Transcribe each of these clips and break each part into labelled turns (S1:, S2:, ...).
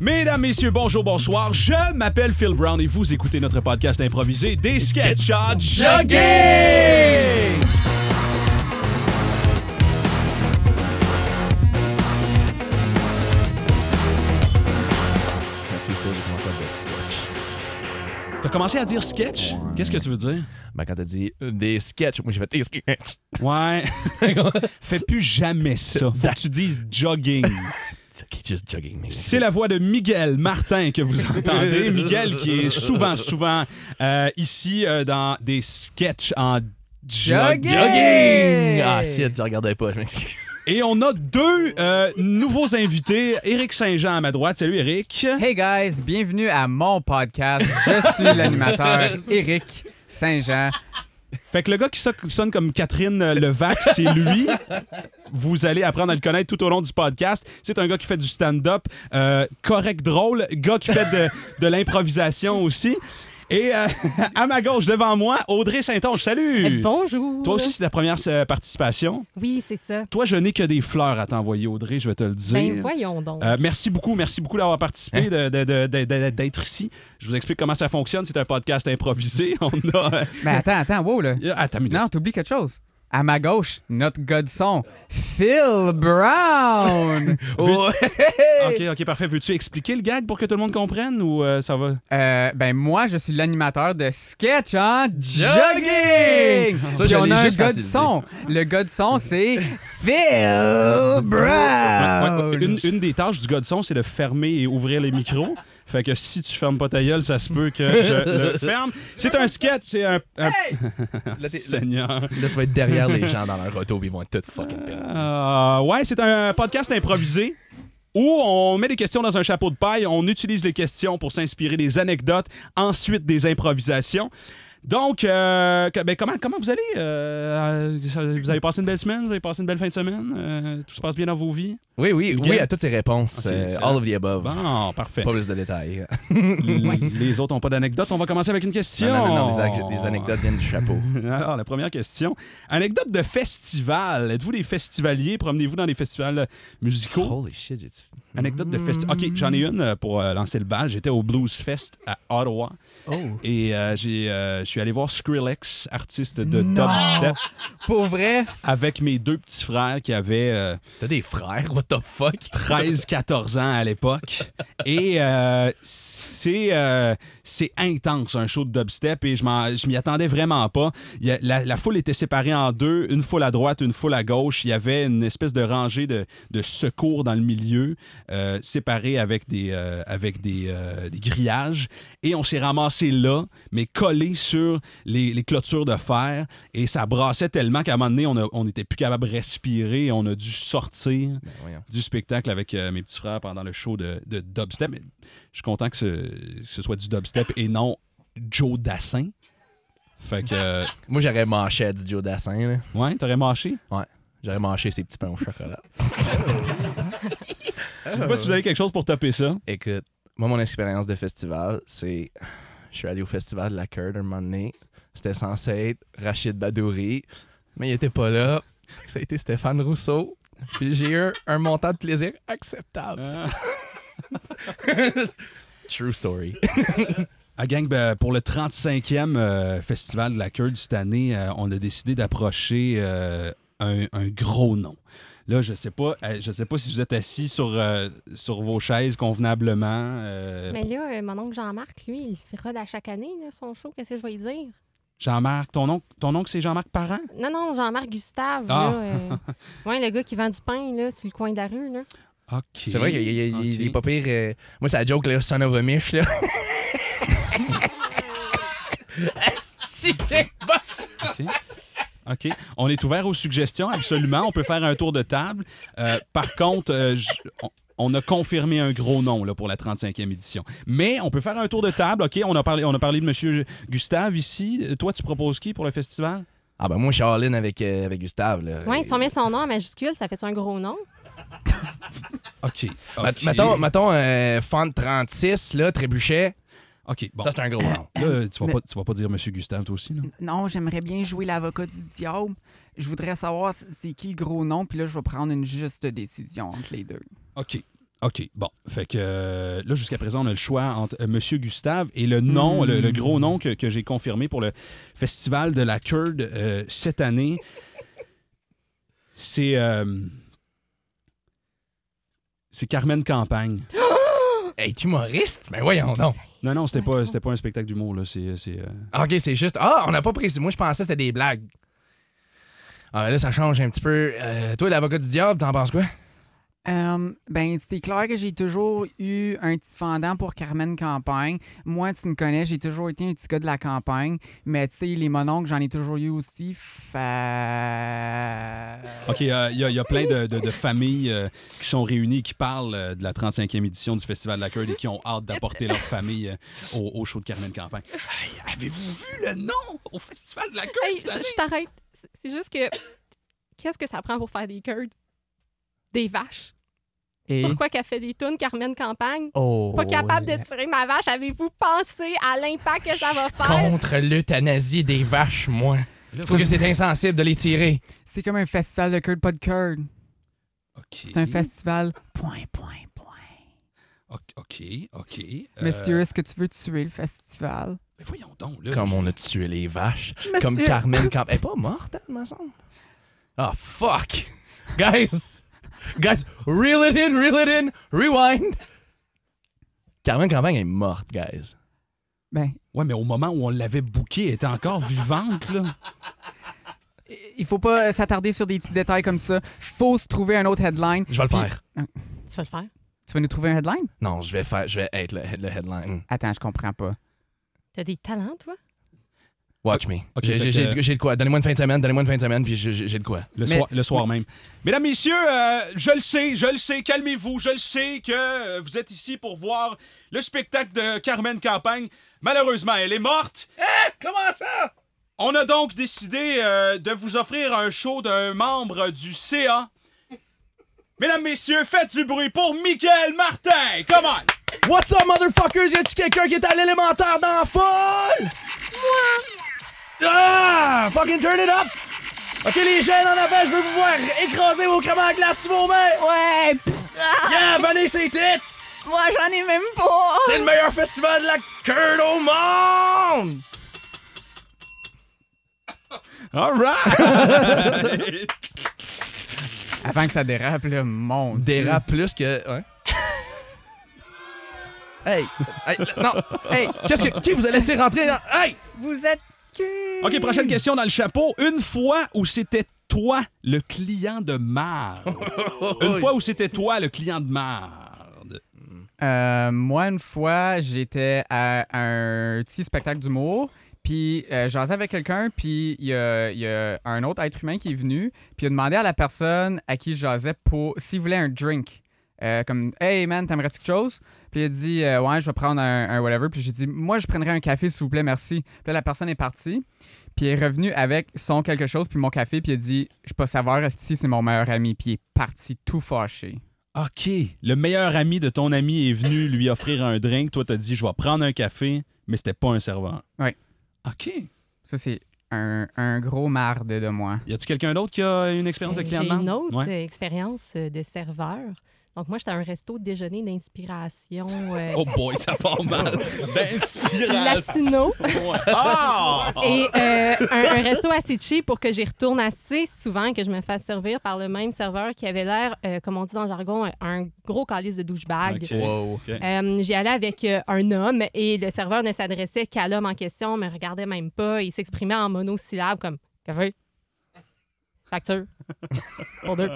S1: Mesdames, messieurs, bonjour, bonsoir. Je m'appelle Phil Brown et vous écoutez notre podcast improvisé des Sketchshots Jogging!
S2: Merci, ça, j'ai commencé à dire sketch.
S1: T'as commencé à dire sketch? Qu'est-ce que tu veux dire?
S2: Ben, quand t'as dit euh, des sketchs, moi j'ai fait des sketchs.
S1: Ouais. Fais plus jamais ça. Faut que tu dises jogging.
S2: It's okay, just jogging, man.
S1: C'est la voix de Miguel Martin que vous entendez. Miguel qui est souvent, souvent euh, ici euh, dans des sketchs en jogging.
S2: Jogging! Ah shit, je regardais pas, je m'excuse.
S1: Et on a deux euh, nouveaux invités. Éric Saint-Jean à ma droite. Salut, Éric.
S3: Hey guys, bienvenue à mon podcast. Je suis l'animateur Eric Saint-Jean.
S1: Fait que le gars qui so- sonne comme Catherine euh, Levac, c'est lui. Vous allez apprendre à le connaître tout au long du podcast. C'est un gars qui fait du stand-up, euh, correct, drôle, gars qui fait de, de l'improvisation aussi. Et euh, à ma gauche, devant moi, Audrey Saint-Onge. Salut!
S4: Bonjour.
S1: Euh, Toi aussi, c'est ta première euh, participation.
S4: Oui, c'est ça.
S1: Toi, je n'ai que des fleurs à t'envoyer, Audrey, je vais te le dire.
S4: Ben voyons donc.
S1: Euh, merci beaucoup, merci beaucoup d'avoir participé, de- de- de- de- de- d'être ici. Je vous explique comment ça fonctionne. C'est un podcast improvisé. On a. euh,
S3: Mais attends, attends, wow là.
S1: euh, attends une minute.
S3: Non, t'oublies quelque chose. À ma gauche, notre gars de son, Phil Brown.
S2: Oh,
S1: Ok, ok, parfait. Veux-tu expliquer le gag pour que tout le monde comprenne ou euh, ça va?
S3: Euh, ben moi, je suis l'animateur de sketch en jogging.
S2: Ça,
S3: Puis
S2: je
S3: on
S2: l'ai
S3: a un
S2: juste
S3: gars
S2: quand
S3: de
S2: il dit.
S3: son. Le gars de son, c'est Phil Brown.
S2: Ah,
S1: Ouais, ouais, une, une des tâches du gars de son, c'est de fermer et ouvrir les micros. Fait que si tu fermes pas ta gueule, ça se peut que je le ferme. C'est un sketch, c'est un. un-
S2: Là, t'es- là,
S1: Seigneur.
S2: là, tu vas être derrière les gens dans leur auto, puis ils vont être tous fucking perdus.
S1: Euh, ouais, c'est un podcast improvisé où on met des questions dans un chapeau de paille, on utilise les questions pour s'inspirer des anecdotes, ensuite des improvisations. Donc, euh, que- ben, comment, comment vous allez? Euh, euh, vous avez passé une belle semaine? Vous avez passé une belle fin de semaine? Euh, tout se passe bien dans vos vies?
S2: Oui, oui,
S1: Miguel?
S2: oui à toutes ces réponses.
S1: Ok,
S2: euh,
S1: excellent.
S2: all of the above.
S1: Bon, parfait.
S2: Pas plus de détails.
S1: Les autres n'ont pas d'anecdotes. On va commencer avec une question.
S2: Non, non, non, non, les, ac- les anecdotes viennent du chapeau.
S1: Alors, la première question. Anecdote de festival. Êtes-vous des festivaliers? Promenez-vous dans des festivals musicaux?
S2: Holy shit, j'ai-tu-
S1: Anecdote de festival. OK, j'en ai une euh, pour euh, lancer le bal. J'étais au Blues Fest à Ottawa
S2: Oh.
S1: et euh, j'ai, euh, je suis allé voir Skrillex, artiste de
S3: Non.
S1: dubstep,
S3: Pour vrai,
S1: avec mes deux petits frères qui avaient euh,
S2: T'as des frères, what the fuck?
S1: 13-14 ans à l'époque. Et euh, c'est, euh, c'est intense, un show de dubstep, et je, m'en- je m'y attendais vraiment pas. Il y a- la, la foule était séparée en deux, une foule à droite, une foule à gauche. Il y avait une espèce de rangée de, de secours dans le milieu, euh, séparée avec, des, euh, avec des, euh, des grillages. Et on s'est ramassé là, mais collé sur les, les clôtures de fer. Et ça brassait tellement qu'à un moment donné, on a- on n'était plus capable de respirer. et On a dû sortir
S2: Ben, voyons.
S1: du spectacle avec euh, mes petits frères pendant le show de, de dubstep. Mais Je suis content que ce, que ce soit du dubstep et non Joe Dassin. Fait que. euh,
S2: Moi, j'aurais mâché à Didio Dassin, là.
S1: Ouais, t'aurais mâché.
S2: J'aurais mâché ses petits pains au chocolat.
S1: Je sais pas si vous avez quelque chose pour taper ça.
S2: Écoute, moi, mon expérience de festival, c'est. Je suis allé au festival de la Curd un moment donné. C'était censé être Rachid Badouri, mais il était pas là. Ça a été Stéphane Rousseau. Puis j'ai eu un montant de plaisir acceptable.
S1: Euh,
S2: True story.
S1: À gang, ben, pour le 35e euh, Festival de la Curde cette année, euh, on a décidé d'approcher euh, un, un gros nom. Là, je sais pas, euh, je sais pas si vous êtes assis sur, euh, sur vos chaises convenablement. euh,
S4: Mais là, euh, mon oncle Jean-Marc, lui, il fait rod à chaque année là, son show. Qu'est-ce que je vais lui dire?
S1: Jean-Marc, ton oncle, ton oncle c'est Jean-Marc Parent?
S4: Non, non, Jean-Marc Gustave.
S1: Ah.
S4: Là, euh, ouais, le gars qui vend du pain là, sur le coin de la rue. Là.
S1: OK.
S2: C'est vrai qu'il il- il-
S1: Ok.
S2: il est pas pire. euh, Moi, c'est la joke, là, son of a miche, là. Asti, quel bon-
S1: OK. OK. On est ouvert aux suggestions, absolument. On peut faire un tour de table. Euh, par contre, euh, je- on, on a confirmé un gros nom là, pour la 35e édition. Mais on peut faire un tour de table. OK, on a parlé, on a parlé de M. Gustave ici. Euh, Toi, tu proposes qui pour le festival?
S2: Ah, ben, moi, je suis all in avec, euh, avec Gustave, là.
S4: Ouais, si on met son nom en majuscule, ça fait un gros nom?
S1: OK.
S2: Mat- Bah, Mettons, mettons euh, Font 36, là, Trébuchet.
S1: OK, bon.
S2: Ça, c'est un gros nom.
S1: Là, tu vas, pas, tu vas pas dire M. Gustave, toi aussi, là?
S3: Non, j'aimerais bien jouer l'avocat du diable. Je voudrais savoir c'est qui le gros nom, puis là, je vais prendre une juste décision entre les deux.
S1: OK. OK, bon. Fait que euh, là, jusqu'à présent, on a le choix entre euh, Monsieur Gustave et le nom,
S3: Hmm.
S1: le, le gros nom que, que j'ai confirmé pour le Festival de la Curd euh, cette année. C'est. euh, c'est Carmen Campagne.
S2: Hey, tu humoriste? Mais voyons donc.
S1: Non, non, c'était pas,
S4: Voyons.
S1: c'était pas un spectacle d'humour, là. C'est. c'est, euh,
S2: Ah, ok, c'est juste. Ah, on n'a pas précisé. Moi, je pensais que c'était des blagues. Ah, ben là, ça change un petit peu. Euh, toi, l'avocat du diable, t'en penses quoi?
S3: Euh, ben, c'est clair que j'ai toujours eu un petit fendant pour Carmen Campagne. Moi, tu me connais, j'ai toujours été un petit gars de la campagne. Mais tu sais, les mononcles, j'en ai toujours eu aussi. Fait...
S1: OK, euh, il y, a- y a plein de, de- de familles euh, qui sont réunies, qui parlent euh, de la 35e édition du Festival de la Curd et qui ont hâte d'apporter leur famille euh, au, au show de Carmen Campagne. Hey, Avez-vous vu le nom au Festival de la Curd?
S4: Hey, je,
S1: cette année?
S4: je t'arrête. C'est c'est juste que. Qu'est-ce que ça prend pour faire des curds? Des vaches.
S3: Et-
S4: Sur quoi qu'elle fait des tunes, Carmen Campagne?
S3: Oh,
S4: Pas capable de
S3: là.
S4: tirer ma vache. Avez-vous pensé à l'impact que ça va faire?
S2: Contre l'euthanasie des vaches, moi. Je trouve que c'est insensible de les tirer.
S3: C'est comme un festival de curd, pas de curd.
S1: OK.
S3: C'est un festival. Point, point, point.
S1: OK, OK. OK. Euh,
S3: Monsieur, est-ce que tu veux tuer le festival?
S1: mais voyons donc, là.
S2: Comme
S1: je-
S2: on a tué les vaches.
S3: Monsieur-
S2: Comme Carmen Camp. Elle est pas morte, elle, me semble. Ah, fuck! Guys! Guys, reel it in, reel it in, rewind! Carmen Campagne est morte, guys.
S3: Ben,
S1: Ouais, mais au moment où on l'avait bouquée, elle était encore vivante, là.
S3: il faut pas euh, s'attarder sur des petits détails comme ça. Faut se trouver un autre headline.
S2: Je vais le
S3: Puis-
S2: faire.
S4: Tu vas le faire?
S3: Tu veux nous trouver un headline?
S2: Non, je vais faire, je vais être le, le headline.
S3: Attends, je comprends pas.
S4: T'as des talents, toi?
S2: Watch me.
S1: Ok,
S2: J'ai-
S1: fait
S2: j'ai
S1: que-
S2: j'ai- j'ai de quoi. Donnez-moi une fin de semaine, donnez-moi une fin de semaine, puis j'ai- j'ai j'ai de quoi.
S1: Le,
S3: Mais-
S1: soir, le soir même. Mesdames, messieurs, euh, je le sais, je le sais, calmez-vous. Je le sais que euh, vous êtes ici pour voir le spectacle de Carmen Campagne. Malheureusement, elle est morte.
S2: Eh, Comment ça?
S1: On a donc décidé euh, de vous offrir un show d'un membre du CA. Mesdames, messieurs, faites du bruit pour Michael Martin. Come on!
S2: What's up, motherfuckers? Y a-tu quelqu'un qui est à l'élémentaire dans la foule? Ah! Fucking turn it up! Ok, les jeunes en avant, je veux vous voir écraser vos crèmes à glace sous vos mains!
S5: Ouais,
S2: Yeah, venez, c'est tits!
S5: moi j'en ai même pas.
S2: C'est le meilleur festival de la curd au monde!
S1: All right!
S3: Avant que ça dérape, là, mon Dieu.
S2: Dérape plus que. Ouais. hey! Hey, Non! Hey! Qu'est-ce que. Qui vous a laissé rentrer? dans- Hey!
S5: Vous êtes que.
S1: OK, prochaine question dans le chapeau. Une fois où c'était toi le client de marde. Une fois où c'était toi le client de marde.
S3: Euh, moi, une fois, j'étais à un petit spectacle d'humour. Puis, euh, jasais avec quelqu'un, puis il y, a- il y a un autre être humain qui est venu, puis il a demandé à la personne à qui je jasais pour s'il voulait un drink. Euh, comme, hey man, t'aimerais-tu quelque chose? Puis il a dit, Euh, ouais, je vais prendre un, un whatever. Puis j'ai dit, moi, je prendrais un café, s'il vous plaît, merci. Puis là, la personne est partie, puis elle est revenue avec son quelque chose, puis mon café, puis il a dit, je suis pas saveur, si c'est mon meilleur ami, puis il est parti tout fâché.
S1: OK. Le meilleur ami de ton ami est venu lui offrir un drink. Toi, t'as dit, je vais prendre un café, mais c'était pas un serveur.
S3: Ouais.
S1: OK.
S3: Ça, c'est un, un gros marde de moi.
S1: Y a-tu quelqu'un d'autre qui a une expérience de
S4: J'ai
S1: client de marde?
S4: une autre
S1: Ouais.
S4: euh, expérience euh, de serveur. Donc, moi, j'étais à un resto déjeuner d'inspiration euh,
S1: Oh boy, ça part mal. D'inspiration.
S4: latino.
S1: Ah!
S4: Et euh, un, un resto assez cheap pour que j'y retourne assez souvent et que je me fasse servir par le même serveur qui avait l'air, euh, comme on dit dans le jargon, un- un gros calice de douchebag.
S1: Ok.
S2: Wow.
S4: Euh, J'y allais avec euh, un homme et le serveur ne s'adressait qu'à l'homme en question, me regardait même pas et s'exprimait en monosyllabe comme Café, facture, pour deux.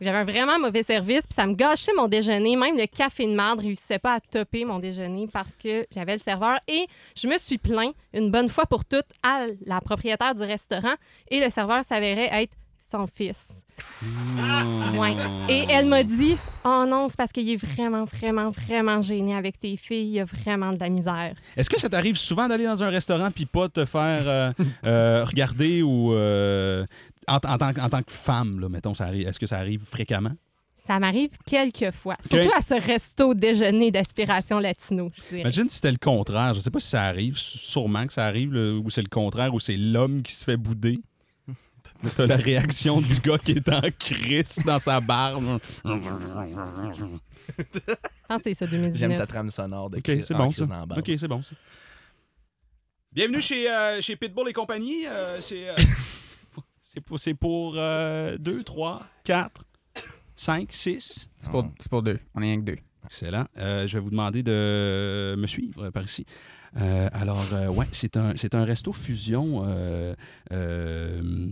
S4: J'avais un vraiment mauvais service puis ça me gâchait mon déjeuner. Même le café de marde réussissait pas à topper mon déjeuner parce que j'avais le serveur et je me suis plaint une bonne fois pour toutes à la propriétaire du restaurant et le serveur s'avérait être son fils. Ouais. Et elle m'a dit Oh non, c'est parce qu'il est vraiment, vraiment, vraiment gêné avec tes filles. Il a vraiment de la misère.
S1: Est-ce que ça t'arrive souvent d'aller dans un restaurant puis pas te faire euh, euh, regarder ou euh, en, en tant, que- en tant que femme, là, mettons, ça arrive- est-ce que ça arrive fréquemment?
S4: Ça m'arrive quelques fois. Surtout à ce resto déjeuner d'aspiration latino, je
S2: Ben,
S4: dirais.
S1: Imagine si c'était le contraire. Je sais pas si ça arrive, sûrement que ça arrive, là, ou c'est le contraire, ou c'est l'homme qui se fait bouder. T'as la réaction du gars qui est en crise dans sa barbe.
S4: Je pense que c'est ça,
S2: J'aime
S4: 2019.
S2: ta trame sonore de
S1: Ok,
S2: Chris-
S1: c'est
S2: en
S1: bon
S2: Chris
S1: ça.
S2: dans la barbe.
S1: Ok, c'est bon ça. Bienvenue chez, euh, chez Pitbull et compagnie. Euh, c'est euh, c'est pour, c'est pour euh, 2, 3, 4, 5, 6.
S3: C'est pour, c'est pour deux. On est rien que deux.
S1: Excellent. Euh, je vais vous demander de me suivre par ici. Euh, alors, euh, ouais, c'est un, c'est un resto fusion euh, euh,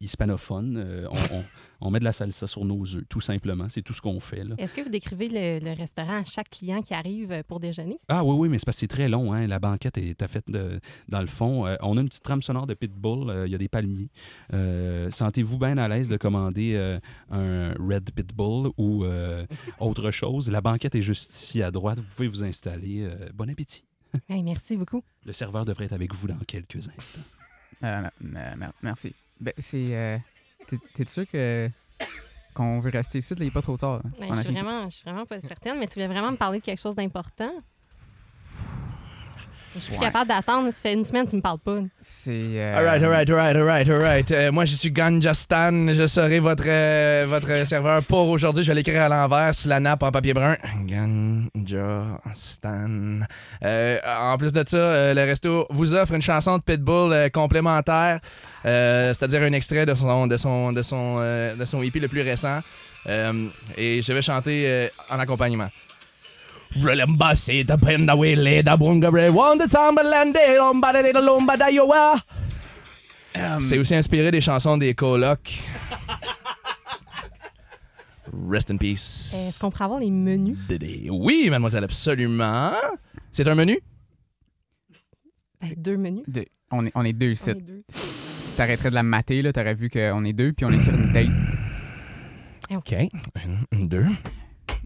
S1: hispanophone. Euh, on, on- on met de la salsa sur nos œufs, tout simplement. C'est tout ce qu'on fait. Là.
S4: Est-ce que vous décrivez le, le restaurant à chaque client qui arrive euh, pour déjeuner?
S1: Ah oui, oui, mais c'est parce que c'est très long. Hein? La banquette est à faite de- dans le fond. Euh, on a une petite trame sonore de Pitbull. Euh, Il y a des palmiers. Euh, Sentez-vous bien à l'aise de commander euh, un Red Pitbull ou euh, autre chose. La banquette est juste ici à droite. Vous pouvez vous installer. Euh, bon appétit.
S4: Hey, merci beaucoup.
S1: Le serveur devrait être avec vous dans quelques instants.
S3: Euh, mer- mer- merci. Ben, c'est. euh, t'es- T'es sûr que. Qu'on veut rester ici, là, il n'est pas trop tard. hein?
S4: Ben,
S3: On
S4: je,
S3: a
S4: suis
S3: fini.
S4: vraiment, je suis vraiment pas certaine, mais tu voulais vraiment me parler de quelque chose d'important? Je suis plus
S3: Ouais.
S4: capable d'attendre. Ça fait une semaine tu me parles pas.
S3: C'est. euh,
S2: Alright, alright, alright, alright, alright. Euh, moi, je suis Ganja Stan. Je serai votre, euh, votre serveur pour aujourd'hui. Je vais l'écrire à l'envers sur la nappe en papier brun. Ganja Stan. Euh, en plus de ça, euh, le resto vous offre une chanson de Pitbull euh, complémentaire, euh, c'est-à-dire un extrait de son, de son, de son, euh, de son hippie le plus récent. Euh, et je vais chanter euh, en accompagnement. Relemba se da penda wele da bunga bre wanda samba lande lomba da da lomba da yowa. C'est aussi inspiré des chansons des colocs. Rest in
S4: Est-ce
S2: peace.
S4: qu'on pourrait avoir les menus?
S2: Dédé. Oui, mademoiselle, absolument. C'est un menu?
S4: Ben, deux menus.
S3: deux. On, est, on est deux
S4: On
S3: ici.
S4: est deux.
S3: Si t'arrêterais de la mater, là, t'aurais vu qu'on est deux, puis on est sur une date.
S2: OK. Une, deux.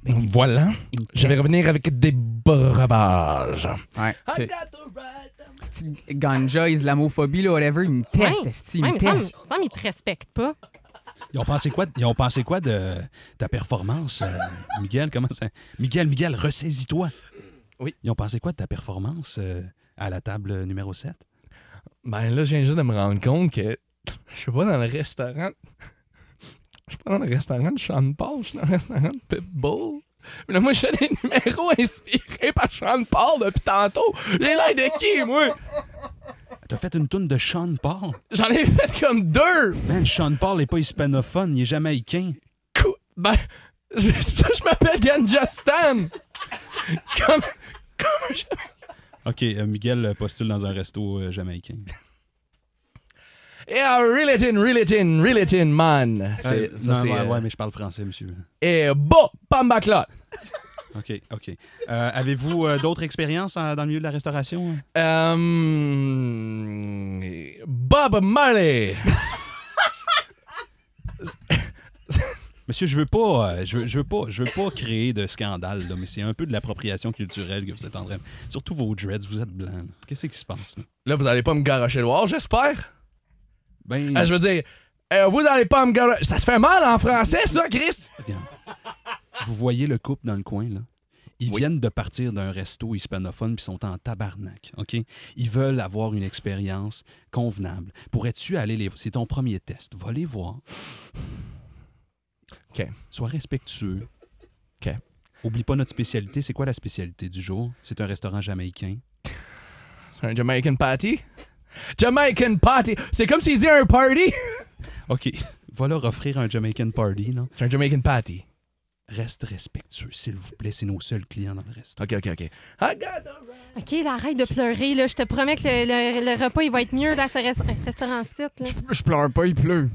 S4: Ben,
S2: Voilà. Je vais revenir avec des bravages.
S3: Ouais. t'es- C'ti- Ganja, islamophobie, là, whatever, il me teste,
S4: Ouais.
S3: esti, il
S4: Ouais,
S3: me
S4: mais ça, me
S3: teste.
S4: semble qu'ils te respectent pas.
S1: Ils ont pensé quoi, ils ont pensé quoi de ta performance, euh, Miguel? Comment ça... Miguel, Miguel, ressaisis-toi.
S2: Oui.
S1: Ils ont pensé quoi de ta performance euh, à la table numéro 7?
S2: Ben là, je viens juste de me rendre compte que je suis pas dans le restaurant. Je suis pas dans le restaurant de Sean Paul, je suis dans le restaurant de Pitbull. Mais là, moi, je fais des numéros inspirés par Sean Paul depuis tantôt. J'ai l'air de qui, moi?
S1: T'as fait une toune de Sean Paul?
S2: J'en ai fait comme deux!
S1: Man, Sean Paul n'est pas hispanophone, il est jamaïcain.
S2: Cou- Ben, je, c'est pour ça que je m'appelle Ganja Stan. Comme, comme un Jama-
S1: OK, euh, Miguel euh, postule dans un resto euh, jamaïcain.
S2: Yeah, reel it in, reel it in, reel it in, man. C'est,
S1: Euh,
S2: ça,
S1: non,
S2: c'est,
S1: ouais,
S2: euh,
S1: ouais, mais je parle français, monsieur.
S2: Et bo, pamba clot.
S1: OK, OK. Euh, Avez-vous euh, d'autres expériences euh, dans le milieu de la restauration?
S2: Um, Euh, Bob Marley.
S1: Monsieur, je veux pas, euh, je veux, je veux pas, je veux pas créer de scandale, là, mais c'est un peu de l'appropriation culturelle que vous êtes en train. de- Surtout vos dreads, vous êtes blancs. là. Qu'est-ce qui se passe là?
S2: Là, vous allez pas me garocher le war, j'espère.
S1: Ben,
S2: Ah, je veux dire, euh, vous allez pas me garocher. Ça se fait mal en français, ça, Chris?
S1: regarde. vous voyez le couple dans le coin là. Ils viennent de partir d'un resto hispanophone puis sont en tabarnak, ok Ils veulent avoir une expérience convenable. Pourrais-tu aller les C'est ton premier test. Va les voir.
S2: OK.
S1: Sois respectueux.
S2: OK.
S1: Oublie pas notre spécialité. C'est quoi la spécialité du jour C'est un restaurant jamaïcain.
S2: Un Jamaican party? Jamaican party! C'est comme s'il dit un party!
S1: OK, va leur offrir un Jamaican party, là.
S2: C'est un Jamaican party.
S1: Reste respectueux, s'il vous plaît. C'est nos seuls clients dans le restaurant.
S2: Ok, ok, Ah, ok. I got the
S4: OK, là, arrête de pleurer. Là. Je te promets que le, le- le repas, il va être mieux là, à ce res- restaurant-site. là.
S3: Je pleure pas, il pleut.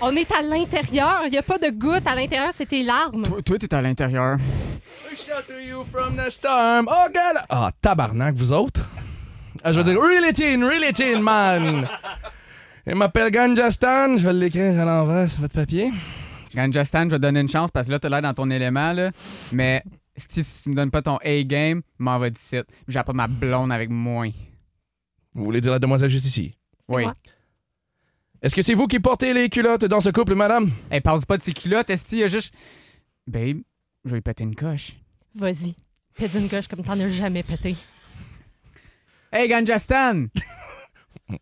S4: On est à l'intérieur. Il n'y a pas de goutte à l'intérieur. C'est tes larmes.
S3: Toi, toi, t'es à l'intérieur.
S2: right shelter you from the storm. Oh, God! Ah, tabarnak, vous autres? Ah, je veux dire, reel it in, reel it in, man! Il m'appelle Ganja Stan, je vais l'écrire à l'envers sur votre papier.
S3: Ganja Stan, je vais te donner une chance parce que là, t'as l'air dans ton élément, là. Mais si, si tu me donnes pas ton A-game, m'en va d'ici. J'ai pas ma blonde avec moi.
S2: Vous voulez dire la demoiselle juste ici?
S4: C'est
S3: Oui.
S4: moi.
S2: Est-ce que c'est vous qui portez les culottes dans ce couple, madame?
S3: Hey, parle pas de ses culottes, esti, il y a juste. Babe, je vais lui péter une coche.
S4: Vas-y. Pète une gauche comme t'en as jamais pété.
S3: Hey, Ganja Stan!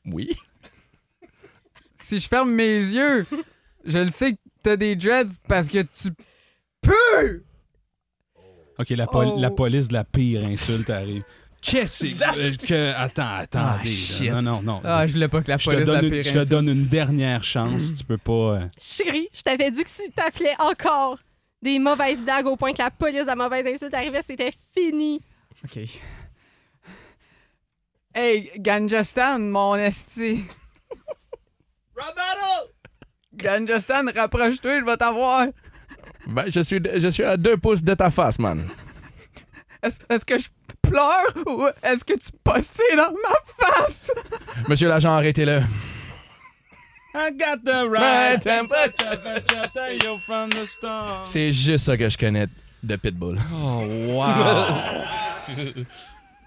S2: Oui.
S3: si je ferme mes yeux, je le sais que t'as des dreads parce que tu pues!
S1: OK, la, poli-
S3: Oh.
S1: la police de la pire insulte arrive. Qu'est-ce que- euh, que. Attends, attends.
S2: shit.
S1: non, non, non.
S3: Ah, je voulais pas que la
S1: je
S3: police
S1: te,
S3: la
S1: donne une,
S3: pire
S1: je te
S3: insulte.
S1: donne une dernière chance. tu peux pas. euh,
S4: Chérie, je t'avais dit que si t'appelais encore des mauvaises blagues au point que la police de la mauvaise insulte arrivait, c'était fini.
S3: OK. Hey, Ganjastan, mon esti. Ganjastan, rapproche-toi, je vais t'avoir.
S2: Ben, je suis, je suis à deux pouces de ta face, man.
S3: Est-ce est-ce que je pleure ou est-ce que tu postes dans ma face?
S2: Monsieur l'agent, arrêtez-le. Ben,
S1: I got the
S2: My
S1: right.
S2: temperature.
S1: temperature, tell you from the storm.
S2: C'est juste ça que je connais de Pitbull.
S1: Oh, wow.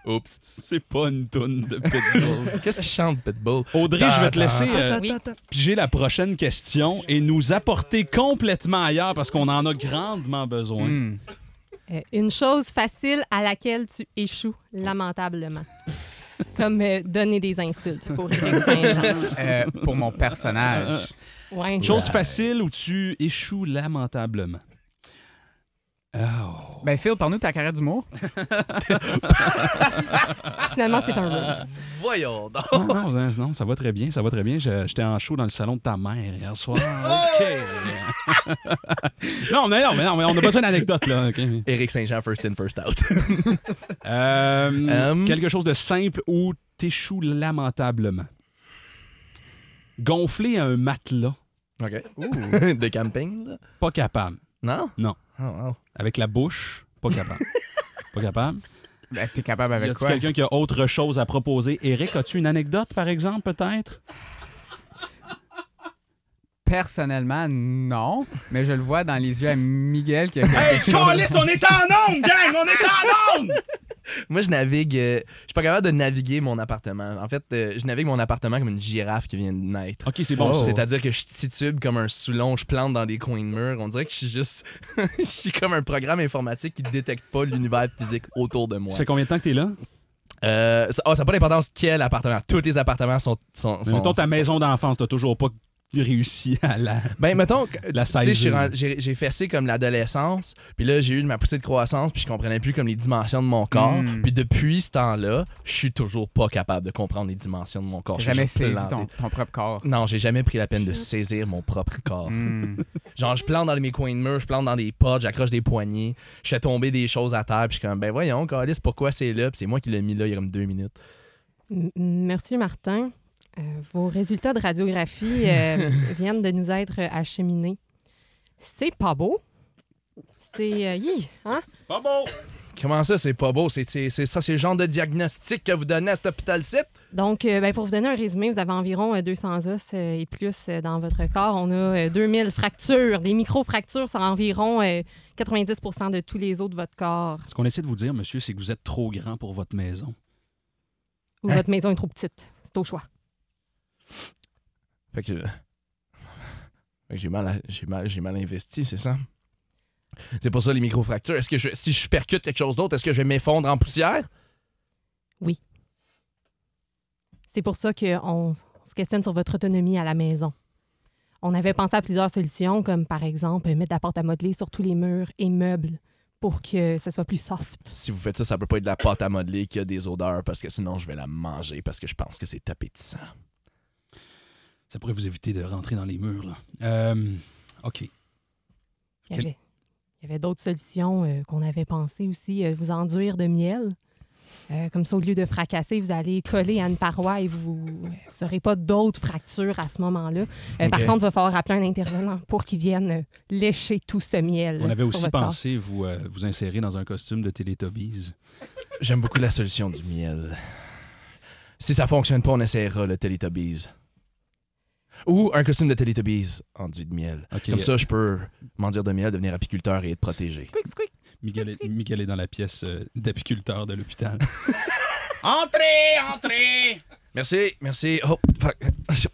S2: Oups.
S1: C'est pas une toune de Pitbull.
S2: Qu'est-ce qu'il chante, Pitbull?
S1: Audrey, je vais te laisser euh,
S4: Oui.
S1: piger la prochaine question et nous apporter complètement ailleurs parce qu'on en a grandement besoin.
S4: Euh, une chose facile à laquelle tu échoues lamentablement. Comme euh, donner des insultes pour Éric Saint-Jean.
S3: Euh, pour mon personnage.
S4: Ouais.
S1: Chose facile où tu échoues lamentablement. Oh.
S3: Ben, Phil, parle-nous de ta carrière d'humour.
S4: Finalement, c'est un roast.
S2: Voyons donc.
S3: Oh.
S1: Non, non, non, non, ça va très bien, ça va très bien. Je- J'étais en show dans le salon de ta mère hier soir. OK. non, mais non, mais non, mais on a besoin d'anecdotes, là. OK.
S3: Euh,
S2: Éric Saint-Jean, first in, first out.
S1: Euh,
S2: Um.
S1: Quelque chose de simple où t'échoues lamentablement. Gonfler un matelas,
S2: OK. de camping, là?
S1: pas capable.
S2: Non?
S1: Non.
S2: Oh, wow.
S1: Avec la bouche, pas capable. pas capable.
S3: Ben, t'es capable
S1: Y
S3: avec
S1: a-tu
S3: quoi?
S1: quelqu'un qui a autre chose à proposer? Eric, as-tu une anecdote, par exemple, peut-être?
S3: Personnellement, non. Mais je le vois dans les yeux à Miguel qui a fait quelque chose.
S1: on est en onde, gang! On est en onde!
S2: Moi, je navigue. euh, je suis pas capable de naviguer mon appartement. En fait, euh, je navigue mon appartement comme une girafe qui vient de naître.
S1: OK, c'est bon,
S3: Oh.
S1: ça.
S2: C'est-à-dire que je titube comme un soulon, je plante dans des coins de mur. On dirait que je suis juste. je suis comme un programme informatique qui détecte pas l'univers physique autour de moi.
S1: Ça fait combien de temps que t'es là?
S2: Euh, ça, ah, ça n'a pas d'importance quel appartement. Tous les appartements sont. sont,
S1: Mais
S2: sont-
S1: mettons ta
S2: sont-
S1: maison d'enfance, t'as toujours pas réussi à la.
S2: Ben, mettons, que-
S1: La
S2: tu sais, je suis
S1: saisir.
S2: ren- j'ai j'ai fessé comme l'adolescence, puis là, j'ai eu ma poussée de croissance, puis je comprenais plus comme les dimensions de mon corps.
S1: Hmm.
S3: Mm.
S2: Puis depuis ce temps-là, je suis toujours pas capable de comprendre les dimensions de mon corps. Je
S3: T'as
S2: suis
S3: jamais
S2: juste
S3: saisi
S2: planté.
S3: ton, ton propre corps.
S2: Non, j'ai jamais pris la peine de saisir mon propre corps.
S3: Hmm.
S2: Genre, je plante dans mes coins de mur, je plante dans des potes, j'accroche des poignées, je fais tomber des choses à terre, puis je suis comme, ben voyons, Calis, pourquoi c'est là? Puis c'est moi qui l'ai mis là il y a comme deux minutes.
S4: M- Merci, Martin. Euh, vos résultats de radiographie euh, viennent de nous être acheminés. C'est pas beau. C'est. euh, hi, hein?
S1: Pas bon!
S2: Comment ça, c'est pas beau? C'est c'est- c'est ça, c'est le genre de diagnostic que vous donnez à cet hôpital-site?
S4: Donc, euh, ben, pour vous donner un résumé, vous avez environ euh, 200 os euh, et plus euh, dans votre corps. On a euh, 2000 fractures. Des micro-fractures sont environ euh, 90 de tous les os de votre corps.
S1: Ce qu'on essaie de vous dire, monsieur, c'est que vous êtes trop grand pour votre maison.
S4: Ou votre maison est trop petite. C'est au choix.
S2: Fait que, Fait que j'ai mal, à- j'ai mal, j'ai mal investi, c'est ça? C'est pour ça les microfractures. Est-ce que je- si je percute quelque chose d'autre, est-ce que je vais m'effondre en poussière?
S4: C'est pour ça qu'on se questionne sur votre autonomie à la maison. On avait pensé à plusieurs solutions, comme par exemple euh, mettre de la porte à modeler sur tous les murs et meubles pour que ça soit plus soft.
S2: Si vous faites ça, ça peut pas être de la pâte à modeler qui a des odeurs parce que sinon je vais la manger parce que je pense que c'est appétissant.
S1: Ça pourrait vous éviter de rentrer dans les murs, là. Euh, OK.
S4: Il y
S1: Quel-
S4: avait, il y avait d'autres solutions euh, qu'on avait pensé aussi, euh, vous enduire de miel. Euh, comme ça, au lieu de fracasser, vous allez coller à une paroi et vous n'aurez pas d'autres fractures à ce moment-là. Euh, Par
S2: Ok.
S4: contre, il va falloir appeler un intervenant pour qu'il vienne euh, lécher tout ce miel.
S1: On avait
S4: sur
S1: aussi
S4: votre corps.
S1: pensé vous, euh, vous insérer dans un costume de Teletubbies.
S2: J'aime beaucoup la solution du miel. Si ça fonctionne pas, on essaiera le Teletubbies. Ou un costume de Teletubbies enduit de miel.
S1: OK.
S2: Comme ça, je peux m'enduire de miel, devenir apiculteur et être protégé.
S3: Squeak, squeak.
S1: euh, Miguel, est- Miguel est dans la pièce euh, d'apiculteur de l'hôpital.
S2: Entrez, entrez! Merci, merci. Oh, fuck.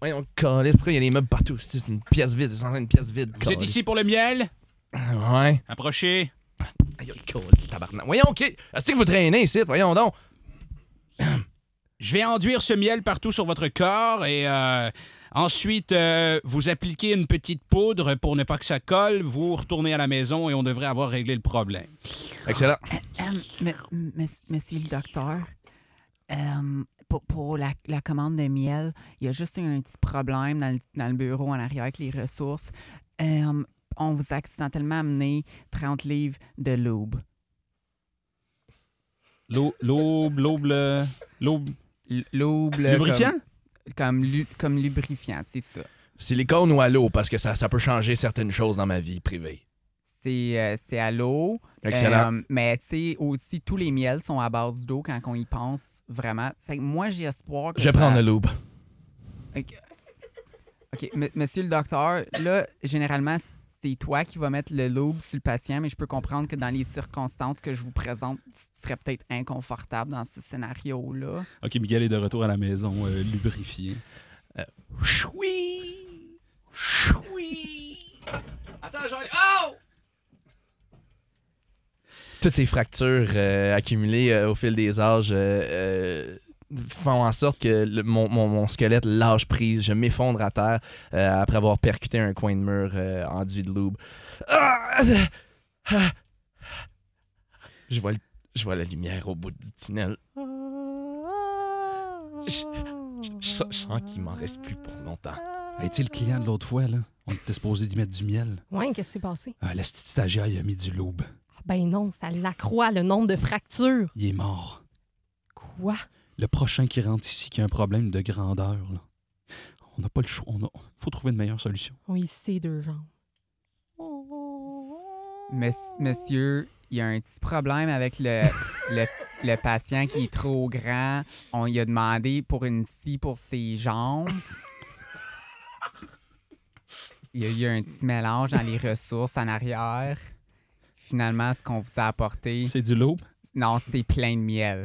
S2: Voyons, calisse, pourquoi il y a des meubles partout? C'est c'est une pièce vide, c'est censé être une pièce vide. calisse.
S1: pour le miel?
S2: Ouais.
S1: Approchez.
S2: Aïe, aïe, calisse, tabarnak. Voyons, OK. Est-ce que vous traînez ici? Voyons donc.
S1: Je vais enduire ce miel partout sur votre corps et euh, Ensuite, euh, vous appliquez une petite poudre pour ne pas que ça colle. Vous retournez à la maison et on devrait avoir réglé le problème.
S2: Excellent.
S5: euh, monsieur le docteur, euh, pour, pour la, la commande de miel, il y a juste eu un petit problème dans le, dans le bureau en arrière avec les ressources. Euh, on vous a accidentellement amené 30 livres de l'aube.
S1: L'au- L'aube, l'aube, le- l'aube.
S3: L- L'aube. là,
S1: Lubrifiant?
S3: Comme, comme, lu- comme lubrifiant, c'est ça.
S2: Silicone ou à l'eau, parce que ça, ça peut changer certaines choses dans ma vie privée.
S3: C'est euh, c'est à l'eau.
S2: Excellent.
S3: Euh, mais tu sais, aussi, tous les miels sont à base d'eau quand on y pense vraiment. Fait que moi, j'ai espoir que.
S2: je vais
S3: ça-
S2: prendre le loup.
S3: OK, m- monsieur le docteur, là, généralement, c'est toi qui vas mettre le lobe sur le patient, mais je peux comprendre que dans les circonstances que je vous présente, tu serais peut-être inconfortable dans ce scénario-là.
S1: Ok, Miguel est de retour à la maison, euh, lubrifié.
S2: Choui! Choui! Attends, j'en ai- Oh! Toutes ces fractures euh, accumulées euh, au fil des âges euh, euh, font en sorte que le- mon, mon- mon squelette lâche prise. Je m'effondre à terre euh, après avoir percuté un coin de mur euh, enduit de loup. Ah! Je vois, le- je vois la lumière au bout du tunnel. Je, je sens qu'il m'en reste plus pour longtemps.
S1: Est-il le client de l'autre fois, là? On était supposé d'y mettre du miel.
S4: Ouais, qu'est-ce qui s'est passé?
S1: Ah, la petite stagiaire, il a mis du l'aube.
S4: Ah, Ben non, ça l'accroît le nombre de fractures.
S1: Il est mort.
S4: Quoi?
S1: Le prochain qui rentre ici qui a un problème de grandeur, là. On n'a pas le choix. On a... faut trouver une meilleure solution.
S4: On y sait deux jambes.
S3: Mes- monsieur, il y a un petit problème avec le, le, le patient qui est trop grand. On lui a demandé pour une scie pour ses jambes. Il y a eu un petit mélange dans les ressources en arrière. Finalement, ce qu'on vous a apporté,
S1: C'est du l'aube?
S3: non, c'est plein de miel.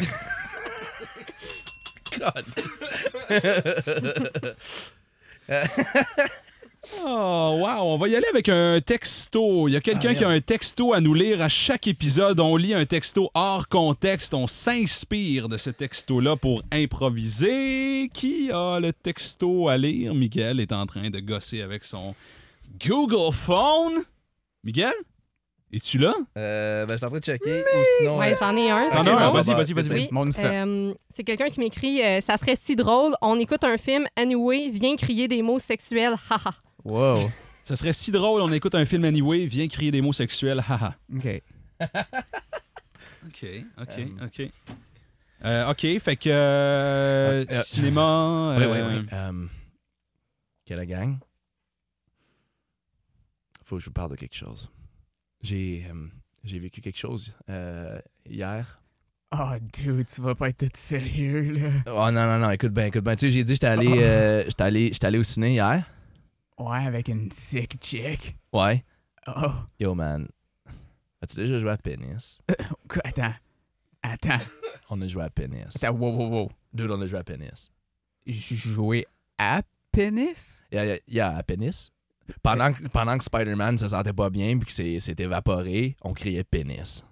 S1: Oh, wow! On va y aller avec un texto. Il y a quelqu'un
S2: Ah,
S1: qui a un texto à nous lire à chaque épisode. On lit un texto hors contexte. On s'inspire de ce texto-là pour improviser. Qui a le texto à lire? Miguel est en train de gosser avec son Google Phone. Miguel? Es-tu là?
S2: Euh, ben, je suis en train de checker. Ou sinon,
S4: Ouais,
S2: euh,
S4: j'en ai un.
S1: T'en
S4: c'est
S1: as un?
S4: bon.
S1: Vas-y, vas-y, vas-y.
S4: Oui,
S1: vas-y.
S3: Montre-nous ça.
S4: euh, c'est quelqu'un qui m'écrit euh, Ça serait si drôle, on écoute un film, anyway, viens crier des mots sexuels, haha.
S3: Wow.
S1: Ça serait si drôle, on écoute un film anyway, viens crier des mots sexuels, haha.
S3: OK.
S1: OK, OK, OK. Euh, OK, fait que... euh,
S2: Euh, euh,
S1: cinéma...
S2: Oui,
S1: euh,
S2: oui, oui. Euh, quelle gang? Faut que je vous parle de quelque chose. J'ai euh, j'ai vécu quelque chose euh, hier.
S3: Oh, dude, tu vas pas être tout sérieux, là.
S2: Oh non, non, non, écoute bien, écoute bien. Tu sais, j'ai dit, j'étais allé, euh, j'étais allé, j'étais allé au ciné hier.
S3: Ouais, avec une sick chick.
S2: Ouais.
S3: Oh,
S2: Yo, man. As-tu déjà joué à Penis?
S3: quoi, attends. Attends.
S2: On a joué à Penis.
S3: Attends, wow, wow, wow.
S2: Dude, on a joué à Penis.
S3: J- jouer à pénis?
S2: Il y a, il y a à Penis. Pendant, que- pendant que Spider-Man se sentait pas bien puis que c'est- s'est évaporé, on criait Penis.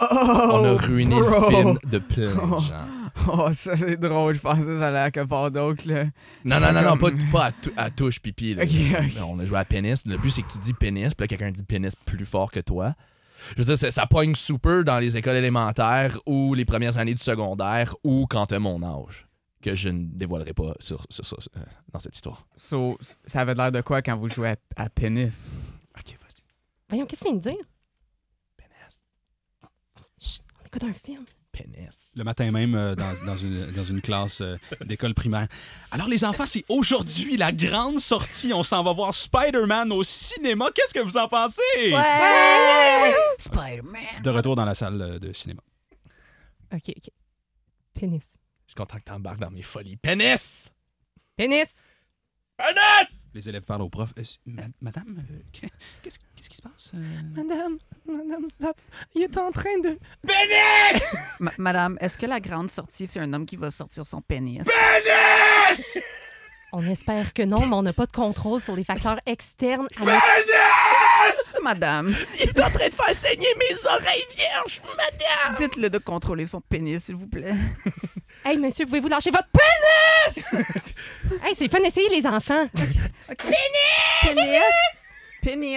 S2: On a ruiné
S3: Oh, bro.
S2: le film de plein de
S3: Oh.
S2: gens.
S3: Oh, ça c'est drôle, je pensais que ça allait à quelque part d'autre. là.
S2: Non, non, non, non, pas,
S3: Comme-
S2: pas à, tou- à touche pipi. Là.
S3: Ok, ok.
S2: On a joué à pénis. Le but, c'est que tu dis pénis, puis là, quelqu'un dit pénis plus fort que toi. Je veux dire, ça, ça pogne super dans les écoles élémentaires ou les premières années du secondaire ou quand t'as mon âge, que je ne dévoilerai pas sur, sur- sur- euh, dans cette histoire.
S3: So, s- ça avait l'air de quoi quand vous jouez à, à pénis?
S2: Ok, vas-y.
S4: Voyons, qu'est-ce que tu viens de dire?
S2: Pénis.
S4: Chut, on écoute un film.
S2: Pénis.
S1: le matin même euh, dans, dans une, dans une classe euh, d'école primaire. Alors les enfants, c'est aujourd'hui la grande sortie. On s'en va voir Spider-Man au cinéma. Qu'est-ce que vous en pensez?
S5: Spider-Man.
S1: De retour dans la salle euh, de cinéma.
S4: OK, OK. Pénis.
S2: Je suis content que t'embarques dans mes folies. Pénis!
S4: Pénis!
S2: Pénis!
S1: Les élèves parlent au prof. Euh, ma- madame, euh, qu'est- qu'est-ce qu'est-ce qui se passe? euh?
S5: Madame, madame, stop. Il est en train de.
S6: Ma- Madame, est-ce que la grande sortie, c'est un homme qui va sortir son pénis?
S4: On espère que non, mais on n'a pas de contrôle sur les facteurs externes à notre
S6: Madame,
S5: Il est en train de faire saigner mes oreilles vierges.
S6: dites-le de contrôler son pénis, s'il vous plaît.
S4: Hey, monsieur, pouvez-vous lâcher votre pénis? Pénis! hey, c'est fun d'essayer les enfants.
S5: Pénis! Pénis!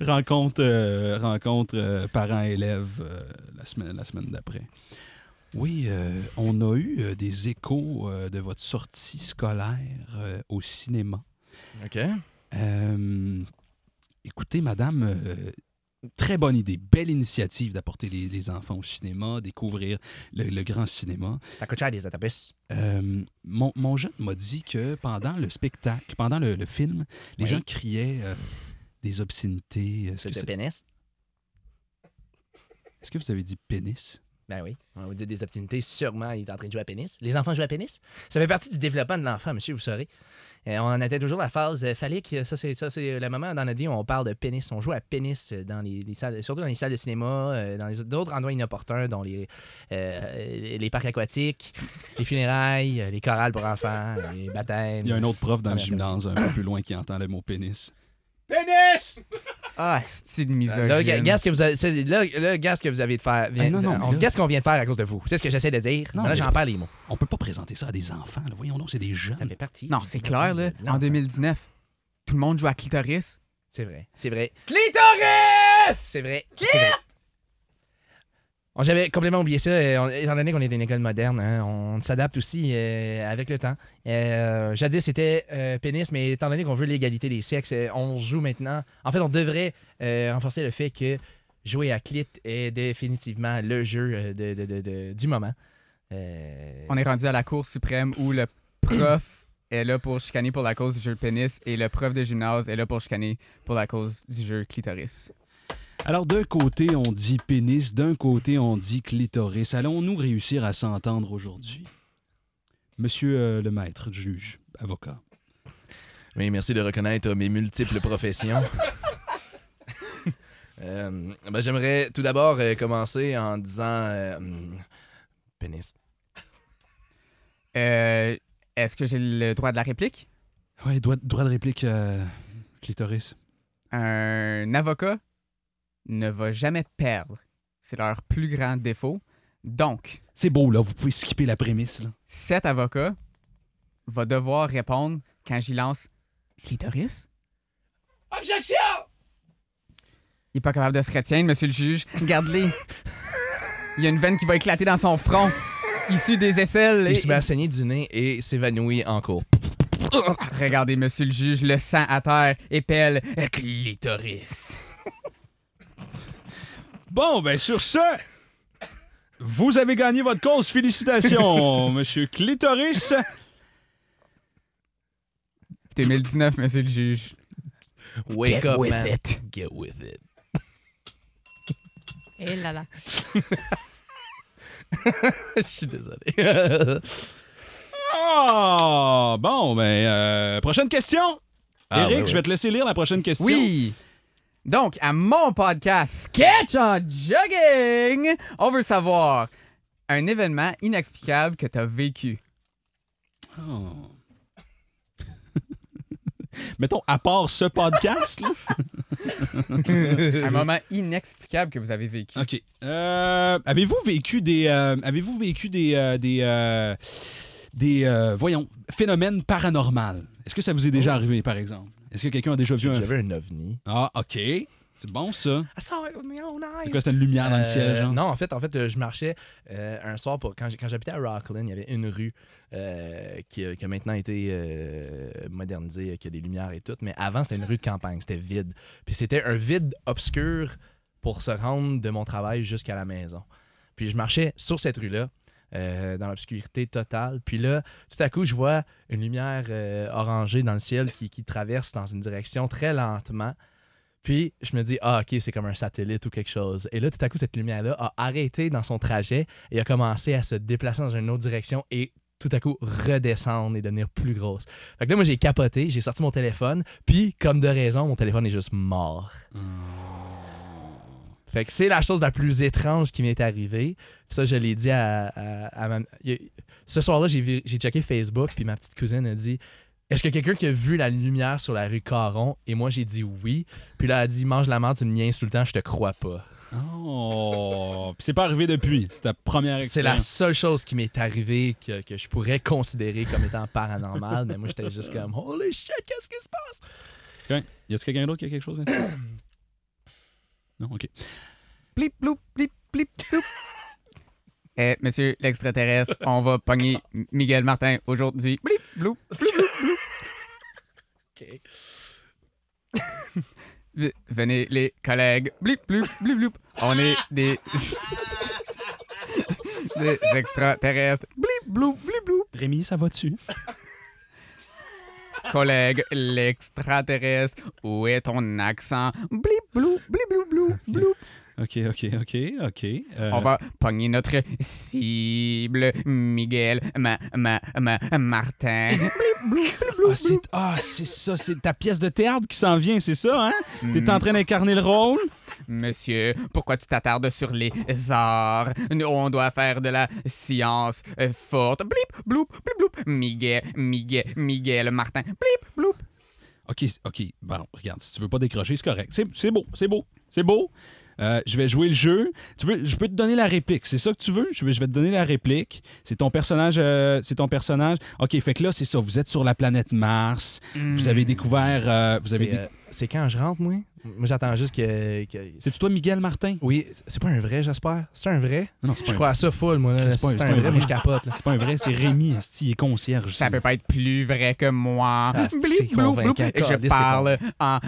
S1: rencontre euh, rencontre euh, parents-élèves euh, la semaine, la semaine d'après. Oui, euh, on a eu euh, des échos euh, de votre sortie scolaire euh, au cinéma.
S2: OK.
S1: Euh, écoutez, madame, euh, très bonne idée, belle initiative d'apporter les, les enfants au cinéma, découvrir le, le grand cinéma.
S2: Ça coûte cher, les autobus.
S1: Euh, mon, mon jeune m'a dit que pendant le spectacle, pendant le, le film, les
S2: Oui.
S1: gens criaient euh, des obscénités. Est-ce que, c'est-
S2: pénis?
S1: est-ce que vous avez dit pénis?
S2: Ben oui. On vous dit des obscenités, sûrement, il est en train de jouer à pénis. Les enfants jouent à pénis. Ça fait partie du développement de l'enfant, monsieur, vous saurez. Euh, on était toujours à la phase euh, phallique. Ça, c'est ça, c'est euh, le moment dans notre vie où on parle de pénis. On joue à pénis euh, dans les, les salles, surtout dans les salles de cinéma, euh, dans les- d'autres endroits inopportuns, dont les, euh, les parcs aquatiques, les funérailles, euh, les chorales pour enfants, les baptêmes.
S1: Il y a un autre prof dans le
S2: Ah,
S1: gymnase un peu plus loin qui entend le mot pénis.
S3: Ah, style
S2: Là, ga-
S3: misogyne.
S2: gars, ce que vous avez, c'est- là, là, gars, ce que vous avez de faire. vient-
S1: Hey, Ah, non, non,
S2: on-
S1: mais là-
S2: gars, ce qu'on vient de faire à cause de vous. C'est ce que j'essaie de dire.
S1: Non,
S2: là,
S1: mais-
S2: j'en perds les mots.
S1: On peut pas présenter ça à des enfants. là. Voyons donc, c'est des
S2: Ça
S1: jeunes.
S2: fait partie.
S3: Non,
S2: du
S3: c'est clair, là.
S2: développement
S3: En
S2: de l'enfant.
S3: 2019, tout le monde joue à clitoris.
S2: C'est vrai, c'est vrai.
S3: Clitoris!
S2: C'est vrai. c'est vrai. On- J'avais complètement oublié ça. euh, on- étant donné qu'on est une école moderne, hein, on s'adapte aussi euh, avec le temps. Euh, jadis, c'était euh, pénis, mais étant donné qu'on veut l'égalité des sexes, euh, on joue maintenant. En fait, on devrait euh, renforcer le fait que jouer à clit est définitivement le jeu euh, de, de- de- de- du moment. Euh,
S3: On est rendu à la Cour suprême où le prof est là pour chicaner pour la cause du jeu pénis et le prof de gymnase est là pour chicaner pour la cause du jeu clitoris.
S1: Alors, d'un côté, on dit pénis, d'un côté, on dit clitoris. Allons-nous réussir à s'entendre aujourd'hui? Monsieur euh, le maître, juge, avocat.
S2: Oui, merci de reconnaître mes multiples professions. Euh, ben, J'aimerais tout d'abord euh, commencer en disant euh, hum, pénis.
S3: Euh, Est-ce que j'ai le droit de la réplique?
S1: Oui, droit, droit de réplique, euh, clitoris.
S3: un avocat ne va jamais perdre. C'est leur plus grand défaut. Donc,
S1: C'est beau, là. Vous pouvez skipper la prémisse. là.
S3: cet avocat va devoir répondre quand j'y lance clitoris.
S7: Objection!
S3: Il est pas capable de se retenir, monsieur le juge. Regardez-les. Il y a une veine qui va éclater dans son front, issue des aisselles.
S2: Il
S3: Et-
S2: se met à saigner du nez et s'évanouit en cours.
S3: Regardez, monsieur le juge, le sang à terre épelle clitoris.
S1: Bon, ben sur ce, vous avez gagné votre cause. Félicitations, monsieur clitoris.
S3: 2019, monsieur le juge.
S2: Wake
S3: Get
S2: up,
S3: with
S2: man.
S3: it.
S2: Get with it.
S4: Et Eh là là.
S2: Je suis désolé.
S1: Ah, bon, ben, euh, prochaine question.
S2: Ah,
S1: Eric,
S2: ouais, ouais.
S1: je vais te laisser lire la prochaine question.
S3: Oui! Donc, à mon podcast Sketch en Jogging, on veut savoir un événement inexplicable que tu as vécu.
S1: Oh. Mettons, à part ce podcast, là.
S3: un moment inexplicable que vous avez vécu.
S1: OK. Euh, avez-vous vécu des. euh, avez-vous vécu des. euh, des. euh, des. euh, voyons, phénomènes paranormaux? Est-ce que ça vous est déjà arrivé, par exemple? Est-ce que quelqu'un a Oh. déjà vu un.
S2: J'avais un ovni.
S1: Ah, OK. C'est bon, ça. C'est quoi, c'était une lumière dans le ciel,
S2: Ah, Euh,
S1: genre?
S2: Non, en fait, en fait, euh, je marchais euh, un soir pour quand j'ai- quand j'habitais à Rockland, il y avait une rue euh, qui, a- qui a maintenant été euh, modernisée, qui a des lumières et tout, mais avant c'était une rue de campagne, c'était vide. Puis c'était un vide obscur pour se rendre de mon travail jusqu'à la maison. Puis je marchais sur cette rue-là. euh, dans l'obscurité totale. Puis là, tout à coup, je vois une lumière euh, orangée dans le ciel qui, qui traverse dans une direction très lentement. Puis je me dis, ah, ok, c'est comme un satellite ou quelque chose. Et là, tout à coup, cette lumière-là a arrêté dans son trajet et a commencé à se déplacer dans une autre direction et tout à coup redescendre et devenir plus grosse. Fait que là, moi, j'ai capoté, j'ai sorti mon téléphone, puis comme de raison, mon téléphone est juste mort. Fait que c'est la chose la plus étrange qui m'est arrivée. Ça, je l'ai dit à, à- à ma... il y a- Ce soir-là, j'ai vi- j'ai checké Facebook, puis ma petite cousine a dit... Est-ce que quelqu'un qui a vu la lumière sur la rue Caron? Et moi, j'ai dit oui. Puis là, elle a dit Mange la merde, tu me niaises tout le temps, je te crois pas.
S1: Oh! Puis c'est pas arrivé depuis. C'est ta première
S2: C'est la
S1: expérience.
S2: seule chose qui m'est arrivée que, que je pourrais considérer comme étant paranormal, mais moi j'étais juste comme Holy shit, qu'est-ce qui se passe?
S1: Ok. Y a-t-il quelqu'un d'autre qui a quelque chose? Vincent? non, OK.
S3: Plip, ploup, plip, plip, ploup. Eh, monsieur l'extraterrestre, on va pogner M- Miguel Martin aujourd'hui. Blip, bloup.
S2: Ok.
S3: V- Venez les collègues. Blip, bloup, blip, bloup. On est des... des extraterrestres. Blip, bloup, blip, bloup.
S1: Rémi, ça va-tu?
S3: Collègue l'extraterrestre, où est ton accent? Blip, blou, blip, blou, blou, blou.
S1: OK, OK, OK, OK. Euh,
S3: On va pogner notre cible, Miguel, ma, ma, ma, Martin.
S1: Ah, c'est ah, c'est ça, c'est ta pièce de théâtre qui s'en vient, c'est ça, hein? T'es
S2: Mm.
S1: en train d'incarner le rôle?
S3: Monsieur, pourquoi tu t'attardes sur les arts? Nous, On doit faire de la science euh, forte. Blip, bloup, blip, bloup. Miguel, Miguel, Miguel, Martin. Blip, bloup.
S1: OK, c'est- OK. Bon, regarde, si tu veux pas décrocher, c'est correct. C'est c'est beau, c'est beau, c'est beau. Euh, je vais jouer le jeu. Tu veux, je peux te donner la réplique. C'est ça que tu veux? Je vais, je vais te donner la réplique. C'est ton personnage. euh, c'est ton personnage. OK, fait que là, c'est ça. Vous êtes sur la planète Mars. Vous avez découvert. euh, vous avez
S2: Mm. C'est,
S1: dé-
S2: euh, c'est quand je rentre, moi? Moi j'attends juste que. que-
S1: C'est-tu toi, Miguel Martin?
S2: Oui, c'est pas un vrai, j'espère. C'est un vrai?
S1: Non, non, c'est pas,
S2: Je
S1: un-
S2: crois à ça full, moi. Là.
S1: C'est
S2: Si
S1: pas un-
S2: C'est
S1: c'est pas
S2: un
S1: un
S2: vrai,
S1: vrai.
S2: moi je capote. Là.
S1: c'est pas un vrai, c'est Rémi, esti, il est concierge.
S3: Ça
S1: ici.
S3: peut pas être plus vrai que moi.
S2: Ah, c'est- c'est
S3: Blip, bloup, bloup.
S2: convaincant, câlisse,
S3: Je
S2: c'est
S3: parle en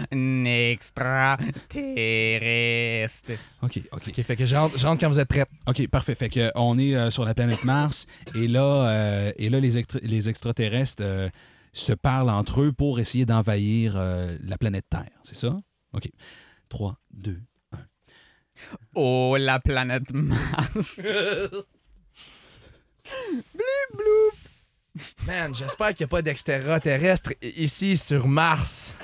S3: extraterrestre.
S1: OK, OK.
S2: Ok, fait que je rentre, je rentre quand vous êtes prête.
S1: OK, parfait. Fait que euh, on est euh, sur la planète Mars et là, euh, et là les, extra- les extraterrestres euh, se parlent entre eux pour essayer d'envahir euh, la planète Terre, c'est ça? OK. 3, 2.
S3: Oh, la planète Mars.
S2: Man, j'espère qu'il n'y a pas d'extraterrestre i- ici sur Mars.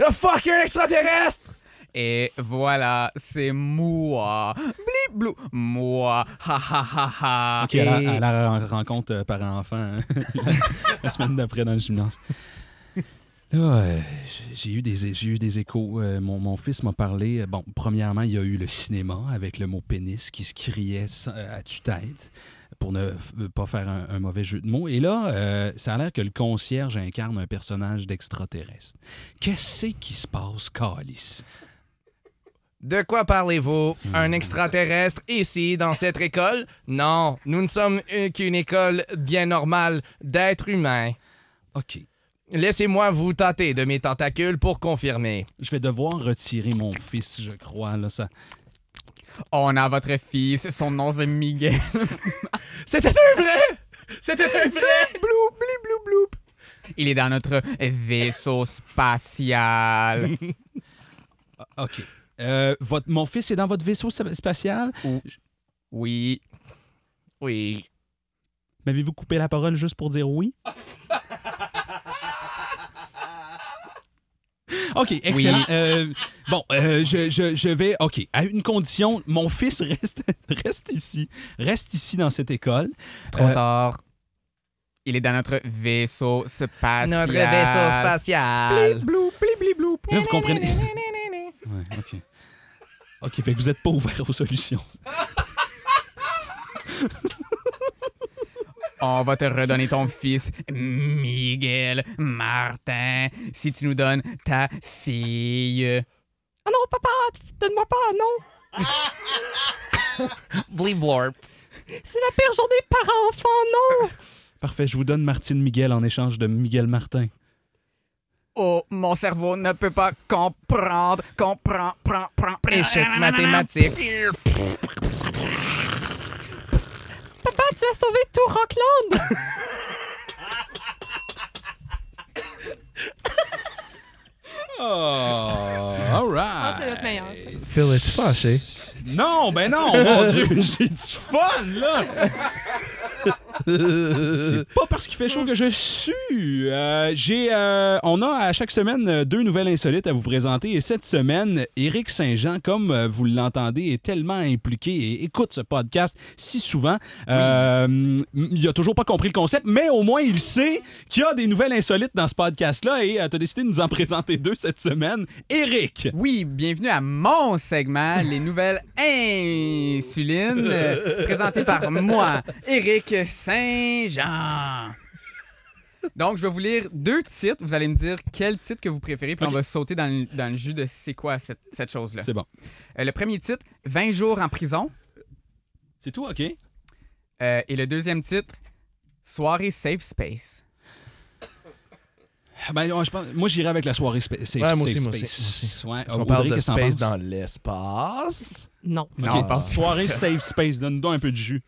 S2: Le fuck, un extraterrestre!
S3: Et voilà, c'est moi. Blip, blou. Moi. Ha, ha, ha, ha.
S1: OK, à la, à la ren- rencontre euh, parents-enfants hein, la, la semaine d'après dans le gymnase. Là, euh, j'ai- j'ai eu des, j'ai eu des échos. Euh, mon, mon fils m'a parlé. Euh, Bon, premièrement, il y a eu le cinéma avec le mot pénis qui se criait sans- à tue-tête pour ne f- euh, pas faire un, un mauvais jeu de mots. Et là, euh, ça a l'air que le concierge incarne un personnage d'extraterrestre. Qu'est-ce qui se passe, Calice?
S2: De quoi parlez-vous? Un extraterrestre ici, dans cette école? Non, nous ne sommes euh, qu'une école bien normale d'êtres humains.
S1: OK,
S2: Laissez-moi vous tâter de mes tentacules pour confirmer.
S1: je vais devoir retirer mon fils, je crois. Là, ça...
S3: On a votre fils. Son nom, c'est Miguel.
S2: C'était un vrai! C'était un vrai!
S3: Bloup, blip, blou, bloup. Il est dans notre vaisseau spatial.
S1: OK. Euh, votre, mon fils est dans votre vaisseau spa- spatial.
S3: Oui.
S2: Oui.
S1: M'avez-vous coupé la parole juste pour dire oui? OK, excellent. Euh, bon, euh, je, je- je vais. OK, à une condition, mon fils reste, reste ici. Reste ici dans cette école.
S3: Trop
S1: Euh,
S3: tard. Il est dans notre vaisseau spatial.
S2: Notre vaisseau spatial.
S3: Blou, blip, blip, bloup.
S1: Là, vous comprenez. Ouais, OK. OK, fait que vous n'êtes pas ouvert aux solutions.
S3: On va te redonner ton fils, Miguel Martin, si tu nous donnes ta fille.
S4: Oh non, papa, donne-moi pas, non.
S2: Blibblorp.
S4: C'est la pire journée par enfant, non.
S1: Parfait, je vous donne Martine Miguel en échange de Miguel Martin.
S3: Oh, mon cerveau ne peut pas comprendre, comprendre, prend, prend, prend.
S2: Échec mathématique.
S4: Papa, tu as sauvé tout Rockland.
S1: Oh, all right.
S4: Ah, c'est notre meilleur. ça.
S2: Phil, es-tu fâché?
S1: Non, ben non, mon Dieu, j'ai du fun, là! C'est pas parce qu'il fait chaud que je suis. Euh, j'ai, euh, on a à chaque semaine euh, deux nouvelles insolites à vous présenter. Et cette semaine, Éric Saint-Jean, comme euh, vous l'entendez, est tellement impliqué et écoute ce podcast si souvent. Euh, Il a toujours pas compris le concept, mais au moins il sait qu'il y a des nouvelles insolites dans ce podcast-là. Et tu as décidé de nous en présenter deux cette semaine. Éric!
S3: Oui, bienvenue à mon segment, les nouvelles insulines, euh, présentées par moi, Éric Saint-Jean. Donc, je vais vous lire deux titres. Vous allez me dire quel titre que vous préférez, puis
S1: Ok.
S3: on va sauter dans le, dans le jus de c'est quoi cette, cette chose-là.
S1: C'est bon.
S3: Euh, le premier titre, 20 jours en prison.
S1: C'est tout, OK?
S3: Euh, et le deuxième titre, Soirée Safe Space.
S1: Ben, je pense- moi, j'irai avec la soirée spa- safe,
S2: Ouais, moi
S1: safe
S2: aussi,
S1: space.
S2: moi aussi,
S1: Ouais,
S2: Est-ce qu'on
S1: Audrey,
S2: parle de
S1: qu'est-ce que t'en penses?
S2: space dans l'espace?
S4: Non.
S3: Non,
S1: Ok,
S3: on parle-
S1: Soirée safe space, donne-nous un peu de jus.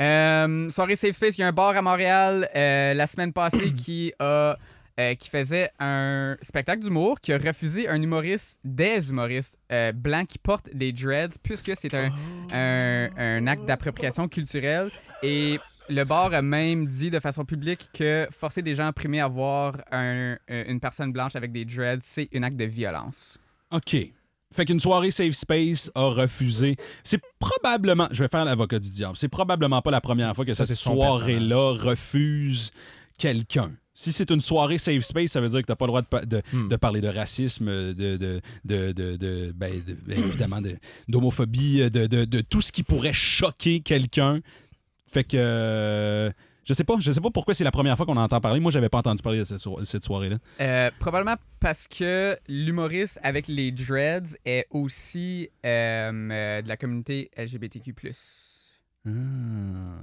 S3: Euh, soirée Safe Space, il y a un bar à Montréal euh, la semaine passée qui a euh, qui faisait un spectacle d'humour qui a refusé un humoriste, des humoristes euh, blancs qui portent des dreads puisque c'est un, un, un acte d'appropriation culturelle et le bar a même dit de façon publique que forcer des gens opprimés à voir un- euh, une personne blanche avec des dreads, c'est un acte de violence.
S1: OK. Fait qu'une soirée safe space a refusé. C'est probablement, je vais faire l'avocat du diable, c'est probablement pas la première fois que
S2: Ça,
S1: cette
S2: c'est son
S1: soirée-là refuse quelqu'un. Si c'est une soirée safe space, ça veut dire que t'as pas le droit de, pa- de-
S2: Hmm.
S1: de parler de racisme, de, de, de, de- de- ben, de- ben, évidemment de- d'homophobie, de, de- de tout ce qui pourrait choquer quelqu'un. Fait que euh, je sais pas, je sais pas pourquoi c'est la première fois qu'on en entend parler. Moi, j'avais pas entendu parler de cette, soir- cette soirée-là.
S3: Euh, probablement parce que l'humoriste avec les dreads est aussi euh, euh, de la communauté LGBTQ+.
S1: Ah,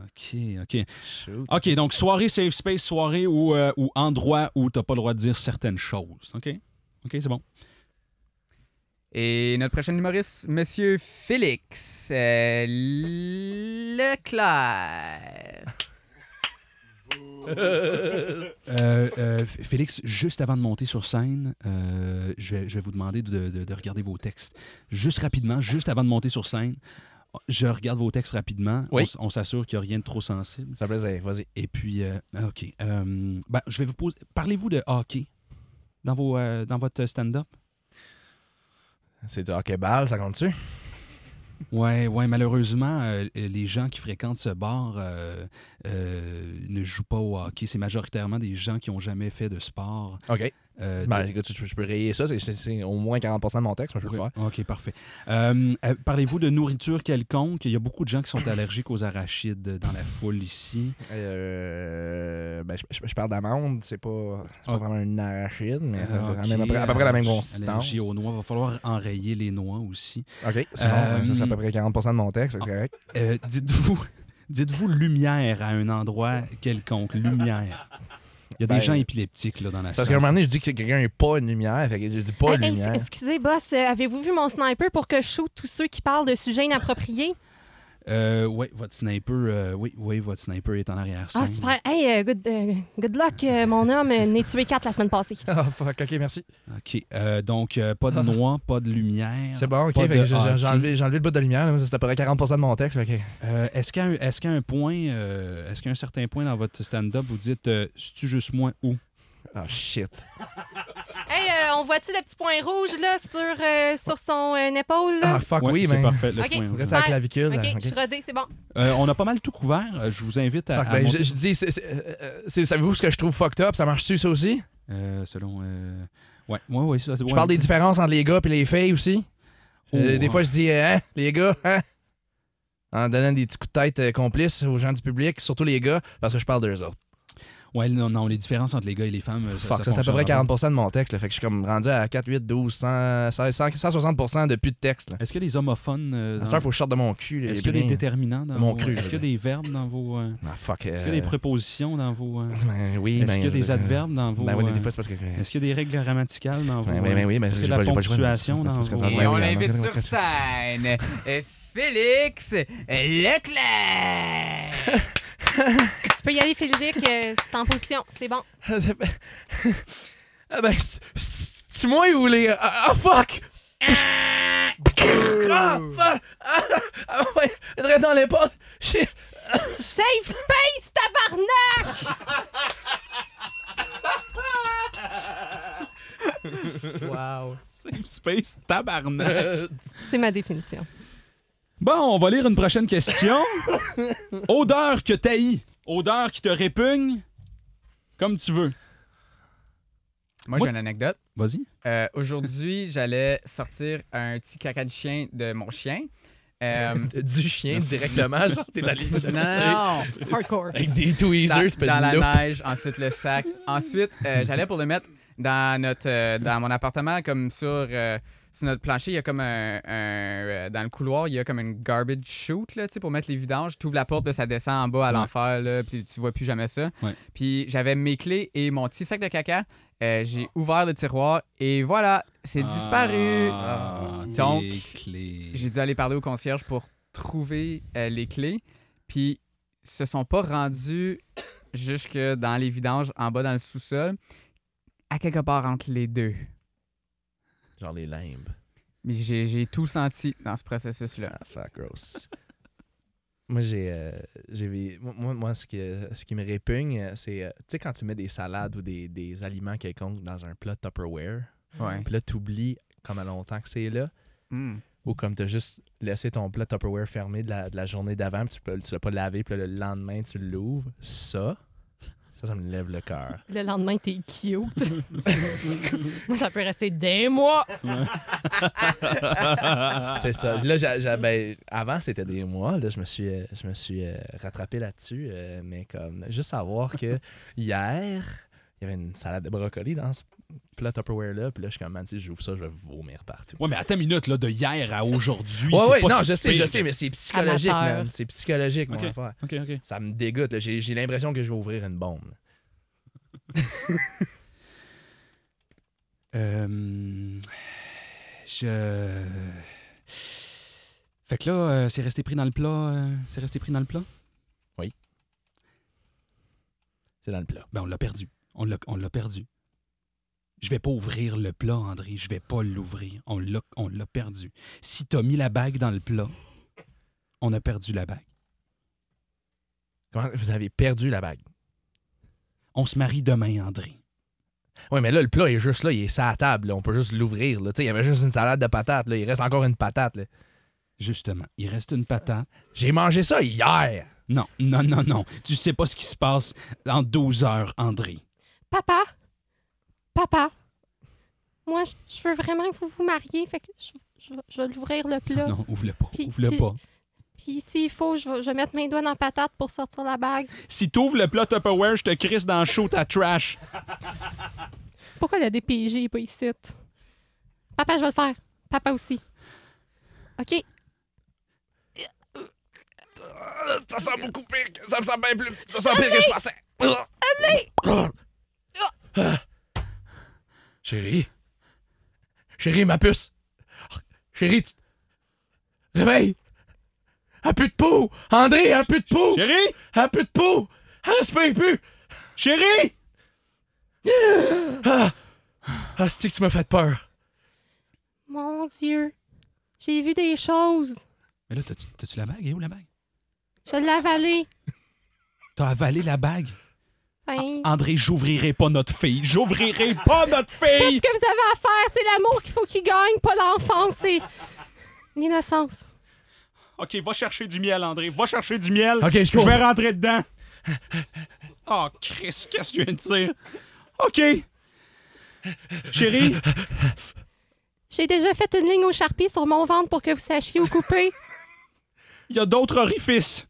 S1: ok, ok. OK, donc soirée safe space, soirée ou, euh, ou endroit où t'as pas le droit de dire certaines choses. OK? OK, c'est bon.
S3: Et notre prochain humoriste, Monsieur Félix euh, Leclerc.
S1: Euh, euh, F- Félix, juste avant de monter sur scène, euh, je, vais, je vais vous demander de, de- de regarder vos textes. Juste rapidement, juste avant de monter sur scène, je regarde vos textes rapidement.
S2: Oui.
S1: On s- On, s'assure qu'il n'y a rien de trop sensible.
S2: Ça plaisait, vas-y.
S1: Et puis, euh, OK. euh, ben, je vais vous poser... Parlez-vous de hockey dans, vos, euh, dans votre stand-up?
S2: C'est du hockey ball, ça compte-tu?
S1: Ouais, ouais, malheureusement, euh, les gens qui fréquentent ce bar euh, euh, ne jouent pas au hockey. C'est majoritairement des gens qui n'ont jamais fait de sport.
S2: OK.
S1: Euh,
S2: Ben,
S1: de-
S2: écoute, je, je peux rayer ça, c'est- c'est c'est au moins 40% de mon texte, mais je peux le faire.
S1: Ok, parfait. Euh, euh, Parlez-vous de nourriture quelconque. Il y a beaucoup de gens qui sont allergiques aux arachides dans la foule ici.
S2: Euh, ben, je, je- je parle d'amande, c'est pas, c'est pas
S1: Ah.
S2: vraiment une arachide, mais
S1: Euh,
S2: c'est
S1: ok,
S2: à, peu près, à peu près la même
S1: allergie-
S2: consistance.
S1: Allergie aux noix. Va falloir enrayer les noix aussi.
S2: OK, c'est
S1: Euh,
S2: bon, ça c'est à peu près 40% de mon texte, c'est correct.
S1: Euh, Dites-vous dites-vous lumière à un endroit quelconque. Lumière. Il y a des
S2: Ben,
S1: gens épileptiques là, dans la
S2: C'est
S1: salle.
S2: parce qu'à un moment donné, je dis que quelqu'un n'est pas une lumière, fait que je dis pas hein?
S4: Hey,
S2: lumière.
S4: excusez, boss, euh, avez-vous vu mon sniper pour que je shoot tous ceux qui parlent de sujets inappropriés?
S1: Euh, oui, votre sniper, euh, oui, oui, votre sniper est en arrière
S4: Ah, super. Hey, euh, good, euh, good luck, euh, mon homme. euh, N'ai tué quatre la semaine passée.
S2: Ah, fuck, OK, merci.
S1: OK. euh, donc, euh, pas de noix, pas de lumière.
S2: C'est bon, OK,
S1: Pas
S2: fait
S1: de
S2: que j'ai- j'ai j'ai
S1: hockey.
S2: enlevé, j'ai enlevé le bout de lumière, là, mais c'est à peu près 40% de mon texte, OK.
S1: Euh, est-ce qu'à un, est-ce qu'à un point, euh, est-ce qu'à un certain point dans votre stand-up, vous dites euh, C'est-tu juste moi ou
S2: Ah, shit.
S4: Hey, euh, on voit-tu le petit point rouge là, sur, euh, sur son euh, épaule? là?
S2: Ah, fuck,
S1: Ouais,
S2: oui,
S1: c'est
S2: mais...
S1: parfait, le
S4: OK.
S1: point rouge.
S2: Reste à la
S4: Ouais.
S2: clavicule.
S4: OK,
S2: OK.
S4: je suis rodée, c'est bon.
S1: Euh, on a pas mal tout couvert. Euh, Je vous invite à.
S2: Fuck,
S1: à
S2: ben,
S1: monter-
S2: je, je dis, c'est- c'est- euh, euh, c'est- savez-vous ce que je trouve fucked up? Ça marche-tu, ça aussi?
S1: Euh, selon. euh, Ouais, ouais, ouais, ça, c'est
S2: Je parle des différences entre les gars et les filles aussi. Euh,
S1: Oh,
S2: des fois, je dis, euh, hein, les gars, hein? En donnant des petits coups de tête euh, complices aux gens du public, surtout les gars, parce que je parle d'eux autres.
S1: Ouais, non, non, les différences entre les gars et les femmes, euh, ça,
S2: Fuck,
S1: ça
S2: ça, c'est à peu
S1: fonctionnera
S2: près
S1: pas.
S2: 40% de mon texte. là. fait que je suis comme rendu à 4, 8, 12, 100, 100, 160% de plus de texte. Là.
S1: Est-ce que des homophones. euh,
S2: À cette
S1: dans-
S2: heure, faut que je sorte de mon cul. là,
S1: Est-ce
S2: les
S1: qu'il y a des
S2: brins.
S1: déterminants dans
S2: Mon
S1: vos-
S2: cru, je
S1: Est-ce
S2: veux
S1: qu'il y a des verbes dans vos. euh,
S2: Ah, fuck.
S1: Est-ce qu'il y a des prépositions dans vos. euh,
S2: Ben oui,
S1: Est-ce
S2: ben,
S1: qu'il y a des
S2: euh,
S1: adverbes dans vos.
S2: Ben oui, mais
S1: euh,
S2: des fois, c'est parce que.
S1: Est-ce qu'il y a des règles grammaticales dans vos.
S2: Ben oui, ben oui, mais
S1: Est-ce
S2: j'ai
S1: que la
S2: pas- j'ai pas le choix.
S1: ponctuation
S2: C'est parce que
S1: dans
S2: ça-
S1: vos- euh,
S3: Et on
S2: oui,
S3: l'invite
S2: on-
S3: sur scène, euh, Félix Leclerc.
S4: Tu peux y aller, Félix, euh, c'est en position. C'est bon.
S2: Ah ben, c'est- c'est moi ou les. Ah ah, fuck! Ah, fuck! Ah, ah, ah, ouais, direct dans l'épaule! J'ai-
S4: Safe space, tabarnak!
S3: Wow.
S1: Safe space, tabarnak.
S4: C'est ma définition.
S1: Bon, on va lire une prochaine question. Odeur que t'haïs, odeur qui te répugne, comme tu veux.
S3: Moi,
S1: Moi,
S3: j'ai une anecdote.
S1: Vas-y.
S3: Euh, Aujourd'hui, j'allais sortir un petit caca de chien de mon chien. Euh,
S2: Du chien directement, genre t'es allé le
S3: non,
S2: chercher.
S3: non, non.
S4: Hardcore.
S2: Avec des tweezers,
S3: dans,
S2: puis
S3: dans
S2: une
S3: la
S2: loupe.
S3: neige, ensuite le sac. Ensuite, euh, j'allais pour le mettre dans notre euh, dans mon appartement, comme sur, euh, sur notre plancher, il y a comme un, un, euh, dans le couloir, il y a comme une garbage chute là, tu sais, pour mettre les vidanges. Tu ouvres la porte, là, ça descend en bas à l'enfer, là, puis tu vois plus jamais ça.
S1: Ouais.
S3: Puis j'avais mes clés et mon petit sac de caca. Euh, J'ai ouvert le tiroir et voilà, c'est disparu.
S1: Ah, tes
S3: Donc,
S1: clés.
S3: J'ai dû aller parler au concierge pour trouver euh, les clés. Puis, ils se sont pas rendus jusque dans les vidanges en bas dans le sous-sol, à quelque part entre les deux.
S2: Genre les limbes.
S3: Mais j'ai j'ai tout senti dans ce processus-là.
S2: Ah, fuck, gross. moi, j'ai. euh, j'ai vi- moi- moi, moi, ce, qui, ce qui me répugne, euh, c'est. euh, tu sais, quand tu mets des salades ou des, des aliments quelconques dans un plat Tupperware,
S3: Ouais.
S2: puis là, tu oublies comme à longtemps que c'est là,
S3: Mm.
S2: ou comme tu as juste laissé ton plat Tupperware fermé de la, de la journée d'avant, puis tu peux- tu l'as pas lavé, puis là, le lendemain, tu l'ouvres, ça. Ça, ça me lève le cœur.
S4: Le lendemain, t'es cute. Moi, ça peut rester des mois.
S2: C'est
S1: Ah.
S2: ça. Là, j'a- j'a- ben, avant, c'était des mois. Là, je me suis, euh, je me suis euh, rattrapé là-dessus. euh, mais comme, juste savoir que hier, il y avait une salade de brocoli dans ce plat Tupperware-là. Puis là, je suis comme, man, si j'ouvre ça, je vais vomir partout.
S1: Ouais, mais attends une minute, là, de hier à aujourd'hui.
S2: Ouais,
S1: c'est
S2: ouais,
S1: pas
S2: non,
S1: si
S2: je sais, je
S1: pire
S2: sais,
S1: que
S2: mais
S1: ça.
S2: c'est psychologique,
S4: Amateur.
S2: man. C'est psychologique,
S1: Ok.
S2: mon affaire.
S1: Ok, ok.
S2: Ça me dégoûte. là. J'ai j'ai l'impression que je vais ouvrir une bombe.
S1: Euh, je. Fait que là, euh, c'est resté pris dans le plat. euh, c'est resté pris dans le plat?
S2: C'est dans le plat.
S1: Ben, on l'a perdu. On l'a on l'a perdu. Je vais pas ouvrir le plat, André. Je vais pas l'ouvrir. On l'a on l'a perdu. Si t'as mis la bague dans le plat, on a perdu la bague.
S2: Comment, vous avez perdu la bague.
S1: On se marie demain, André.
S2: Oui, mais là, le plat est juste là. Il est sur la table. là. On peut juste l'ouvrir. là. Tu sais, Il y avait juste une salade de patates. Là. Il reste encore une patate. là.
S1: Justement, il reste une patate.
S2: J'ai mangé ça hier.
S1: Non, non, non, non. Tu sais pas ce qui se passe en 12 heures, André.
S4: Papa, papa, moi, je- je veux vraiment que vous vous mariez. Fait que je, je vais- je vais l'ouvrir le plat.
S1: Non, ouvre-le pas.
S4: Puis-
S1: Ouvre-le
S4: puis-
S1: pas.
S4: Puis s'il faut, je vais, je vais mettre mes doigts dans la patate pour sortir la bague.
S1: Si t'ouvres le plat Tupperware, je te crisse dans le show ta trash.
S4: Pourquoi le DPJ est pas ici? Papa, je vais le faire. Papa aussi. OK.
S2: Ça sent beaucoup pire. que- Ça me sent bien plus. Ça sent pire que je pensais. Allez! Chérie. Chérie, ma puce. Chérie, tu. Réveille! Un peu de peau! André, un peu de peau!
S1: Chérie!
S2: Un peu de peau! Ah, Respire plus!
S1: Chérie!
S2: Ah, c'est que tu m'as fait peur.
S4: Mon Dieu, j'ai vu des choses.
S1: Mais là, t'as-tu t'as-tu la bague? Et où la bague?
S4: Je l'ai avalé.
S1: T'as avalé la bague?
S4: Ben,
S1: André, j'ouvrirai pas notre fille. J'ouvrirai pas notre
S4: faites
S1: fille!
S4: ce que vous avez à faire. C'est l'amour qu'il faut qu'il gagne, pas l'enfance. C'est l'innocence.
S1: OK, va chercher du miel, André. Va chercher du miel.
S2: Ok, je
S1: je
S2: cours.
S1: vais rentrer dedans. Oh, Chris, qu'est-ce que tu viens de dire? OK. Chérie,
S4: J'ai déjà fait une ligne au charpie sur mon ventre pour que vous sachiez où couper.
S1: il y a d'autres orifices.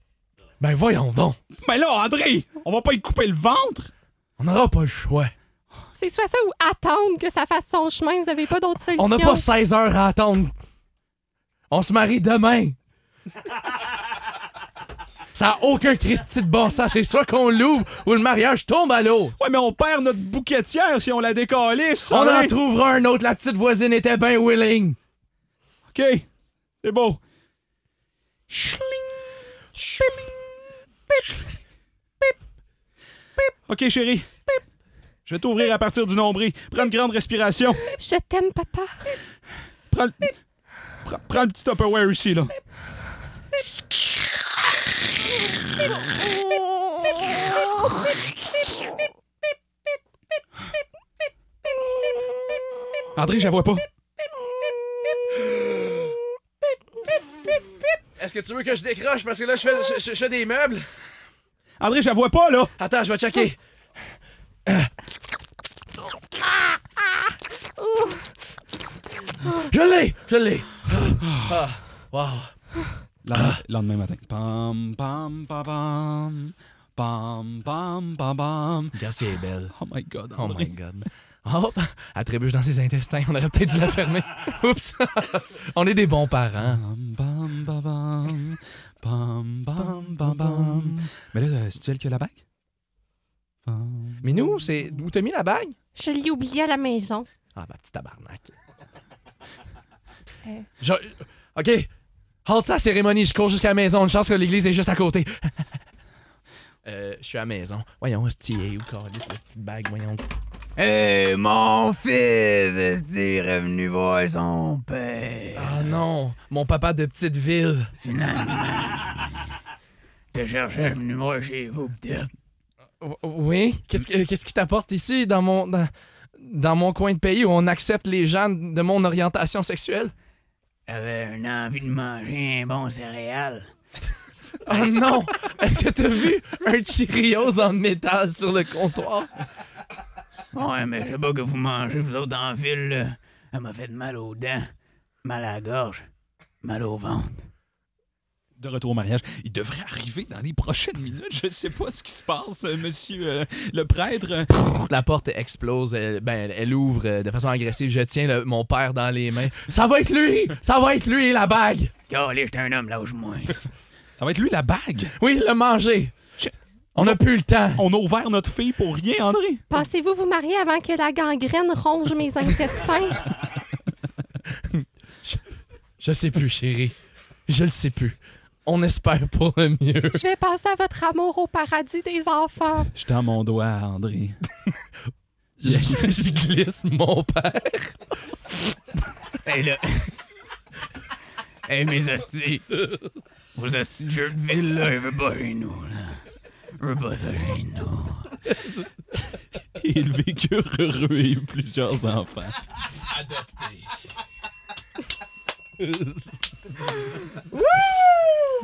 S2: Ben voyons donc.
S1: Mais là, André, on va pas y couper le ventre?
S2: On n'aura pas le choix.
S4: C'est soit ça ou attendre que ça fasse son chemin. Vous n'avez pas d'autre solution.
S2: On n'a pas 16 heures à attendre. On se marie demain. Ça n'a aucun Christi de bon sens. C'est soit qu'on l'ouvre ou le mariage tombe à l'eau.
S1: Ouais, mais on perd notre bouquetière si on la décalisse.
S2: On en
S1: André.
S2: trouvera un autre. La petite voisine était bien willing.
S1: OK, c'est beau. OK, chérie. Je vais t'ouvrir à partir du nombril. Prends une grande respiration.
S4: Je t'aime, papa.
S1: Prends, le- Prends- prends le petit Tupperware ici, là. André, je la vois pas.
S2: Est-ce que tu veux que je décroche parce que là, je fais, je, je- je fais des meubles?
S1: André, je la vois pas, là.
S2: Attends, je vais checker. Je l'ai! Je l'ai! Ah, wow.
S1: Lendemain, lendemain matin. Pam, pam, pam, pam. Pam, pam, pam, pam.
S2: Regarde si elle est belle.
S1: Oh my God,
S2: Oh
S1: André.
S2: my god. Hop! Elle trébuche dans ses intestins. On aurait peut-être dû la fermer. Oups! On est des bons parents.
S1: Pam, pam, pam, pam. Pam, pam, pam, pam. Mais là, euh, c'est-tu elle qui a la bague? Pam.
S2: Mais nous, c'est. Où t'as mis la bague?
S4: Je l'ai oublié à la maison.
S2: Ah, ma petite tabarnak.
S4: Euh.
S2: Je- OK. Halte sa cérémonie. Je cours jusqu'à la maison. Une chance que l'église est juste à côté. Euh, je suis à la maison. Voyons, hostie, elle est où, Carlis, la petite bague, voyons.
S7: Hey, mon fils est revenu voir son père.
S2: Ah non, mon papa de petite ville.
S7: Je cherchais à venir voir chez vous, peut-être.
S2: O- Oui? Qu'est-ce que- qu'est-ce qui t'apporte ici, dans mon, dans, dans mon coin de pays où on accepte les gens de mon orientation sexuelle?
S7: J'avais un envie de manger un bon céréal.
S2: Oh non! Est-ce que t'as vu un Cheerios en métal sur le comptoir?
S7: Ouais, mais je sais pas que vous mangez, vous autres, en ville, là. Ça m'a fait mal aux dents, mal à la gorge, mal au ventre.
S1: De retour au mariage. Il devrait arriver dans les prochaines minutes. Je ne sais pas ce qui se passe, euh, monsieur euh, le prêtre. Euh,
S2: La porte explose, elle, ben, elle, elle ouvre euh, de façon agressive. Je tiens le- mon père dans les mains. Ça va être lui! Ça va être lui, la bague!
S7: Calé, j'étais un homme, lâche-moi.
S1: Ça va être lui la bague.
S2: Oui, le manger!
S1: Je-
S2: On n'a plus le temps!
S1: On a ouvert notre fille pour rien, André.
S4: Pensez-vous vous marier avant que la gangrène ronge mes intestins?
S2: Je sais plus, chérie. Je le sais plus. On espère pour le mieux.
S4: Je vais passer à votre amour au paradis des enfants.
S1: Je tends mon doigt à André.
S2: Je, je glisse mon père.
S7: Hey, là.
S3: Eh,
S7: hey, mes hosties. Vos hosties de jeu de ville, là, ils veulent pas chez nous, là. Ils veulent pas ça chez nous.
S1: Ils vécurent heureux et eurent plusieurs enfants.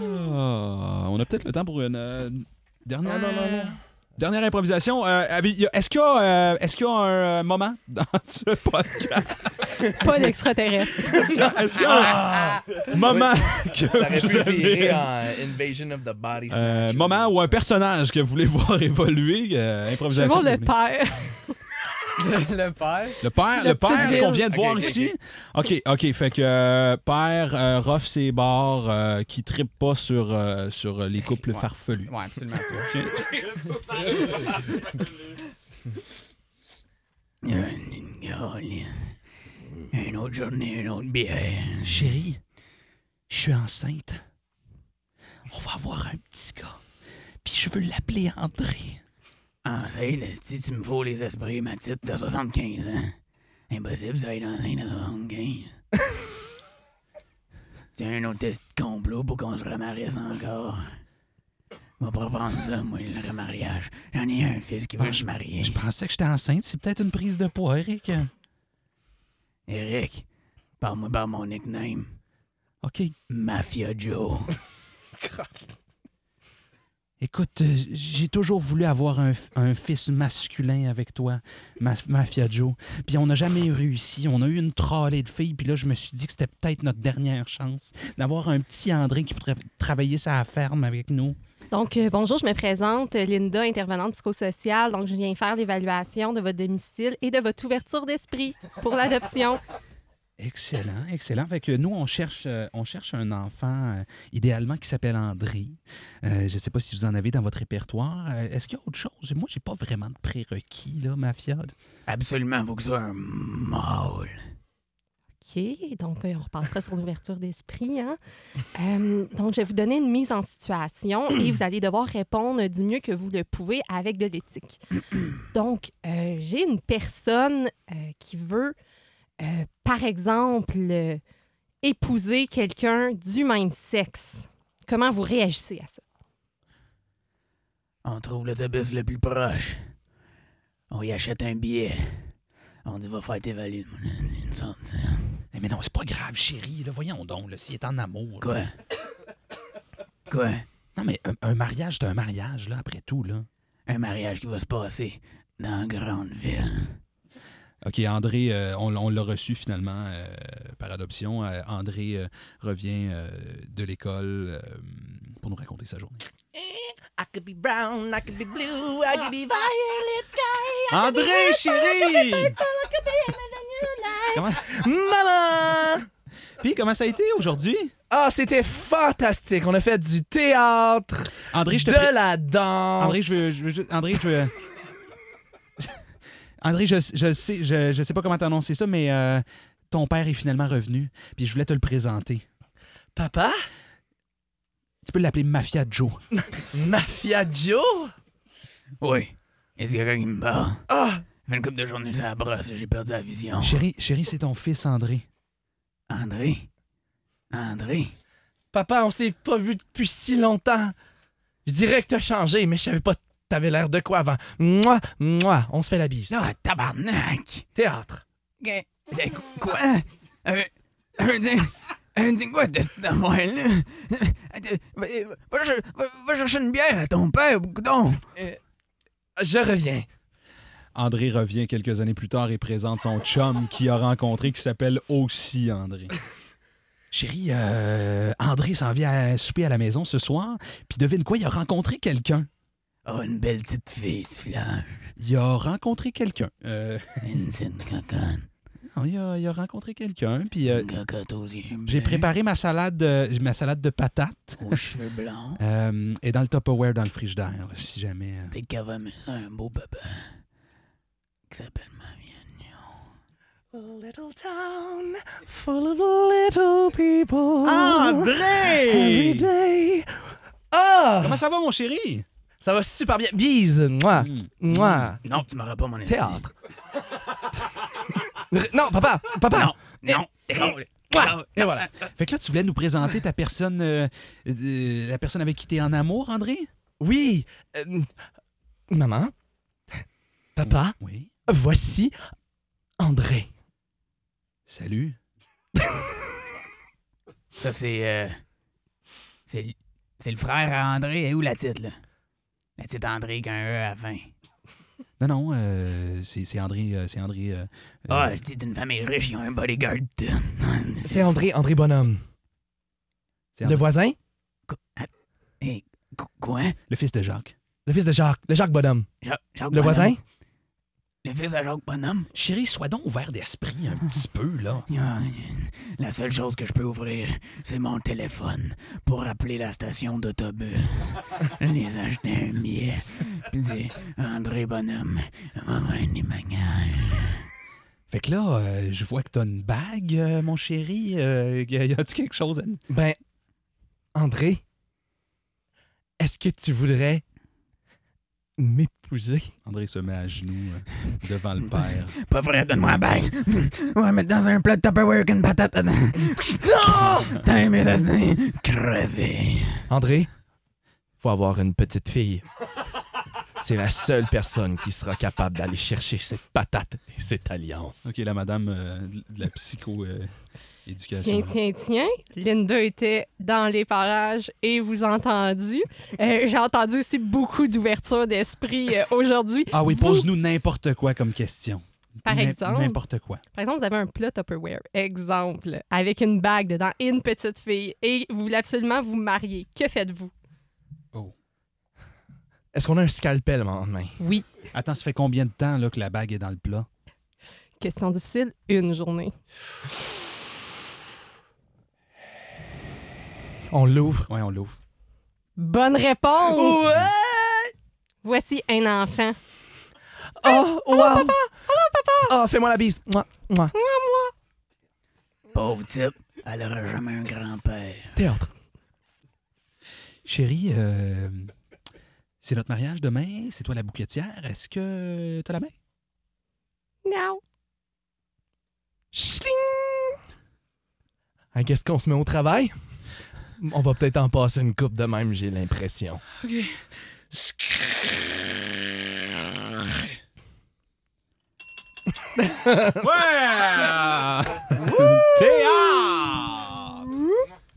S1: Ah, on a peut-être le temps pour une euh, dernière, dernière improvisation. Euh, avez- y a- Est-ce qu'il y, a, euh, est-ce qu'il y a un euh, moment dans ce podcast?
S4: Pas l'extraterrestre.
S1: Est-ce qu'il y a- est-ce qu'il y a un moment que vous avez...
S2: Invasion of the Body
S1: Euh, moment ou un personnage que vous voulez voir évoluer, euh,
S4: Je vais
S1: improvisation.
S4: voir le
S1: publique.
S4: père.
S3: le père.
S1: Le père,
S4: Le
S1: le
S4: petit
S1: père
S4: ville.
S1: qu'on vient de
S2: Ok,
S1: voir
S2: ok,
S1: ici. OK, OK. Fait que euh, père euh, rough ses barres euh, qui trippe pas sur, euh, sur euh, les couples
S3: Ouais.
S1: farfelus.
S3: Ouais, absolument.
S7: Une autre journée, une autre bière.
S1: Chérie, je suis enceinte. On va avoir un petit gars. Puis je veux l'appeler André.
S7: Ah, ça y est, si tu me fous les esprits, ma petite, t'as 75 ans. Impossible, ça y est, dans un à 75. Tiens, un autre test de complot pour qu'on se remarie encore. On va pas prendre ça, moi, le remariage. J'en ai un fils qui veut se marier.
S1: Je pensais que j'étais enceinte. C'est peut-être une prise de poids, Eric.
S7: Eric, parle-moi par mon nickname.
S1: OK,
S7: Mafia Joe.
S1: Écoute, euh, j'ai toujours voulu avoir un, f- un fils masculin avec toi, ma- Mafia Joe. Puis on n'a jamais réussi. On a eu une trollée de filles. Puis là, je me suis dit que c'était peut-être notre dernière chance d'avoir un petit André qui pourrait travailler sa ferme avec nous.
S4: Donc, euh, bonjour, je me présente, euh, Linda, intervenante psychosociale. Donc, je viens faire l'évaluation de votre domicile et de votre ouverture d'esprit pour l'adoption.
S1: Excellent, excellent. Fait que nous, on cherche, euh, on cherche un enfant, euh, idéalement, qui s'appelle André. Euh, je ne sais pas si vous en avez dans votre répertoire. Euh, Est-ce qu'il y a autre chose? Moi, j'ai pas vraiment de prérequis, là, Mafia.
S7: Absolument, faut que ce soit un mâle.
S4: OK, donc euh, on repassera sur l'ouverture d'esprit. hein. Euh, donc, je vais vous donner une mise en situation et vous allez devoir répondre du mieux que vous le pouvez avec de l'éthique. Donc, euh, j'ai une personne euh, qui veut, euh, par exemple, euh, épouser quelqu'un du même sexe. Comment vous réagissez à ça?
S7: On trouve l'autobus le plus proche. On y achète un billet. On dit, va faire tes valises. mon ami, il me semble.
S8: Eh, Mais non, c'est pas grave, chérie. là, voyons donc, là, s'il est en amour. là.
S7: Quoi? Quoi?
S8: Non, mais un, un mariage, c'est un mariage, là, après tout, là.
S7: Un mariage qui va se passer dans la grande ville.
S1: OK, André, euh, on, on l'a reçu finalement euh, par adoption. Euh, André euh, revient euh, de l'école euh, pour nous raconter sa journée.
S9: I could be brown, I could be blue, I could be violet sky.
S1: Ah! André, chérie!
S9: I could be another
S1: Comment-
S2: Maman!
S1: Puis comment ça a été aujourd'hui?
S2: Ah, c'était fantastique. On a fait du théâtre,
S1: André, je te
S2: de
S1: pré-
S2: la danse.
S1: André, je veux, je veux juste- André, je veux- André, je, je sais, je, je sais pas comment t'annoncer ça, mais euh, ton père est finalement revenu. Puis je voulais te le présenter.
S2: Papa?
S1: Tu peux l'appeler Mafia Joe.
S2: Mafia Joe?
S7: Oui. Est-ce qu'il y a quelqu'un qui me parle?
S2: Ah!
S7: Ça fait une couple de journées que ça la brosse, j'ai perdu la vision.
S1: Chérie, chérie, c'est ton fils, André.
S7: André? André?
S2: Papa, on s'est pas vu depuis si longtemps. Je dirais que t'as changé, mais je savais pas t'avais l'air de quoi avant. Moi, moi, on se fait la bise.
S7: Ah, tabarnak!
S2: Théâtre.
S7: Qu- euh, Quoi? Euh, Je veux dire... je veux dire quoi de cette affaire-là? Euh, va- Va, cher- va- va chercher une bière à ton père, coudon!
S2: Je reviens.
S1: André revient quelques années plus tard et présente son chum qu'il a rencontré qui s'appelle aussi André. Chérie, euh, André s'en vient à souper à la maison ce soir, puis devine quoi, il a rencontré quelqu'un.
S7: Oh, une belle petite fille, tu fleurs.
S1: Il a rencontré quelqu'un. Euh,
S7: Une petite cocotte.
S1: non, il, a, il a rencontré quelqu'un, puis euh,
S7: Une cocotte aux yeux
S1: j'ai
S7: bleus,
S1: préparé ma salade, euh, ma salade de patates
S7: Aux cheveux blancs.
S1: euh, et dans le Tupperware dans le frigidaire, là, si jamais. euh.
S7: Peut-être qu'elle va me faire un beau papa. Qui s'appelle Marianne.
S9: Little town full of little people.
S1: Ah, André!
S9: day.
S2: Ah!
S1: Comment ça va, mon chéri?
S2: Ça va super bien. Bise. Moi,
S1: Mm.
S2: moi.
S7: Non, tu m'auras pas mon esti.
S2: Théâtre. Re- non, papa, papa.
S7: Non, non.
S1: Eh,
S2: Quoi? Et voilà.
S1: Fait que là, tu voulais nous présenter ta personne, euh, euh, la personne avec qui t'es en amour, André?
S2: Oui. euh, maman. Papa.
S1: Oui.
S2: Voici André.
S1: Salut.
S7: Ça, c'est. euh, c'est c'est le frère à André. Et où la titre, là? La titre André qui a un E à la fin.
S1: Non, non, euh, c'est c'est André. euh, c'est André euh,
S7: Ah,
S1: euh,
S7: je dis d'une famille riche, ils ont un bodyguard.
S2: C'est André, André Bonhomme.
S1: c'est
S2: Le
S1: André-
S2: voisin?
S7: Qu- Quoi?
S1: le fils de Jacques.
S2: Le fils de Jacques. Le Jacques Bonhomme.
S7: Ja- Jacques
S2: Le
S7: Bonhomme?
S2: voisin?
S7: Le fils de Jacques Bonhomme?
S8: Chérie, sois donc ouvert d'esprit un petit peu, là.
S7: Ah, La seule chose que je peux ouvrir, c'est mon téléphone pour appeler la station d'autobus. Les acheter un billet. Puis dire André Bonhomme, maman des bagages.
S1: Fait que là, euh, je vois que t'as une bague, euh, mon chéri. Euh, y a- y a-tu quelque chose à nous-
S2: Ben, André, est-ce que tu voudrais m'épouser?
S1: André se met à genoux euh, devant le père.
S7: Pas vrai, donne-moi un bague. On va mettre dans un plat de Tupperware qu'une patate dedans. Non! T'as aimé ça, c'est crevé.
S2: André, faut avoir une petite fille. C'est la seule personne qui sera capable d'aller chercher cette patate et cette alliance.
S1: OK, la madame euh, de la euh, psycho-éducation.
S4: Tiens, tiens, tiens. Linda était dans les parages et vous a entendu. Euh, J'ai entendu aussi beaucoup d'ouverture d'esprit euh, aujourd'hui.
S1: Ah oui,
S4: Vous-
S1: pose-nous n'importe quoi comme question.
S4: Par
S1: N'im-
S4: exemple?
S1: N'importe quoi.
S4: Par exemple, vous avez un plat Tupperware, exemple, avec une bague dedans et une petite fille, et vous voulez absolument vous marier. Que faites-vous?
S2: Est-ce qu'on a un scalpel en main?
S4: Oui.
S1: Attends, ça fait combien de temps là, que la bague est dans le plat?
S4: Question difficile, une journée.
S2: On l'ouvre.
S1: Ouais, on l'ouvre.
S4: Bonne réponse! Voici un enfant.
S2: Oh, wow! papa! Oh, fais-moi la bise. Moi, moi.
S7: Pauvre type, elle aura jamais un grand-père.
S2: Théâtre.
S1: Chérie, euh, c'est notre mariage demain, c'est toi la bouquetière. Est-ce que t'as la main?
S4: Non.
S2: Schling! Ah, Qu'est-ce qu'on se met au travail? On va peut-être en passer une coupe de même, j'ai l'impression.
S1: Ouais! Théâtre!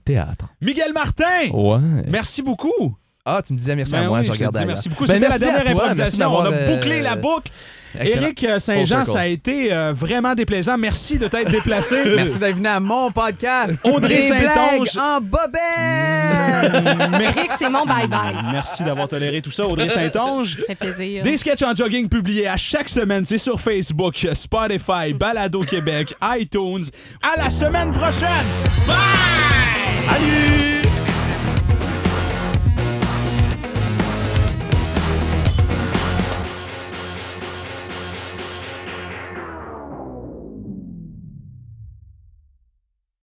S2: Théâtre.
S1: Miguel Martin!
S2: Ouais.
S1: Merci beaucoup!
S2: Ah, tu me disais merci
S1: Ben
S2: Oh. à moi,
S1: oui,
S2: je
S1: te
S2: regardais.
S1: dis
S2: ailleurs.
S1: merci beaucoup.
S2: Ben,
S1: C'était la
S2: merci à
S1: dernière
S2: toi, merci
S1: improvisation.
S2: d'avoir,
S1: On a
S2: euh,
S1: bouclé la boucle.
S2: excellent.
S1: Éric euh, Saint-Jean,
S2: Full circle.
S1: ça a été euh, vraiment déplaisant. Merci de t'être déplacé.
S3: Merci d'être venu à mon podcast.
S1: Audrey
S3: Des
S1: Saint-Onge.
S3: blagues en bobette.
S1: Euh, Merci.
S4: Éric, c'est mon bye-bye.
S1: Merci d'avoir toléré tout ça, Audrey Saint-Onge.
S4: Ça fait plaisir.
S1: Des sketchs en jogging publiés à chaque semaine. C'est sur Facebook, Spotify, Balado Québec, iTunes. À la semaine prochaine! Bye! Salut!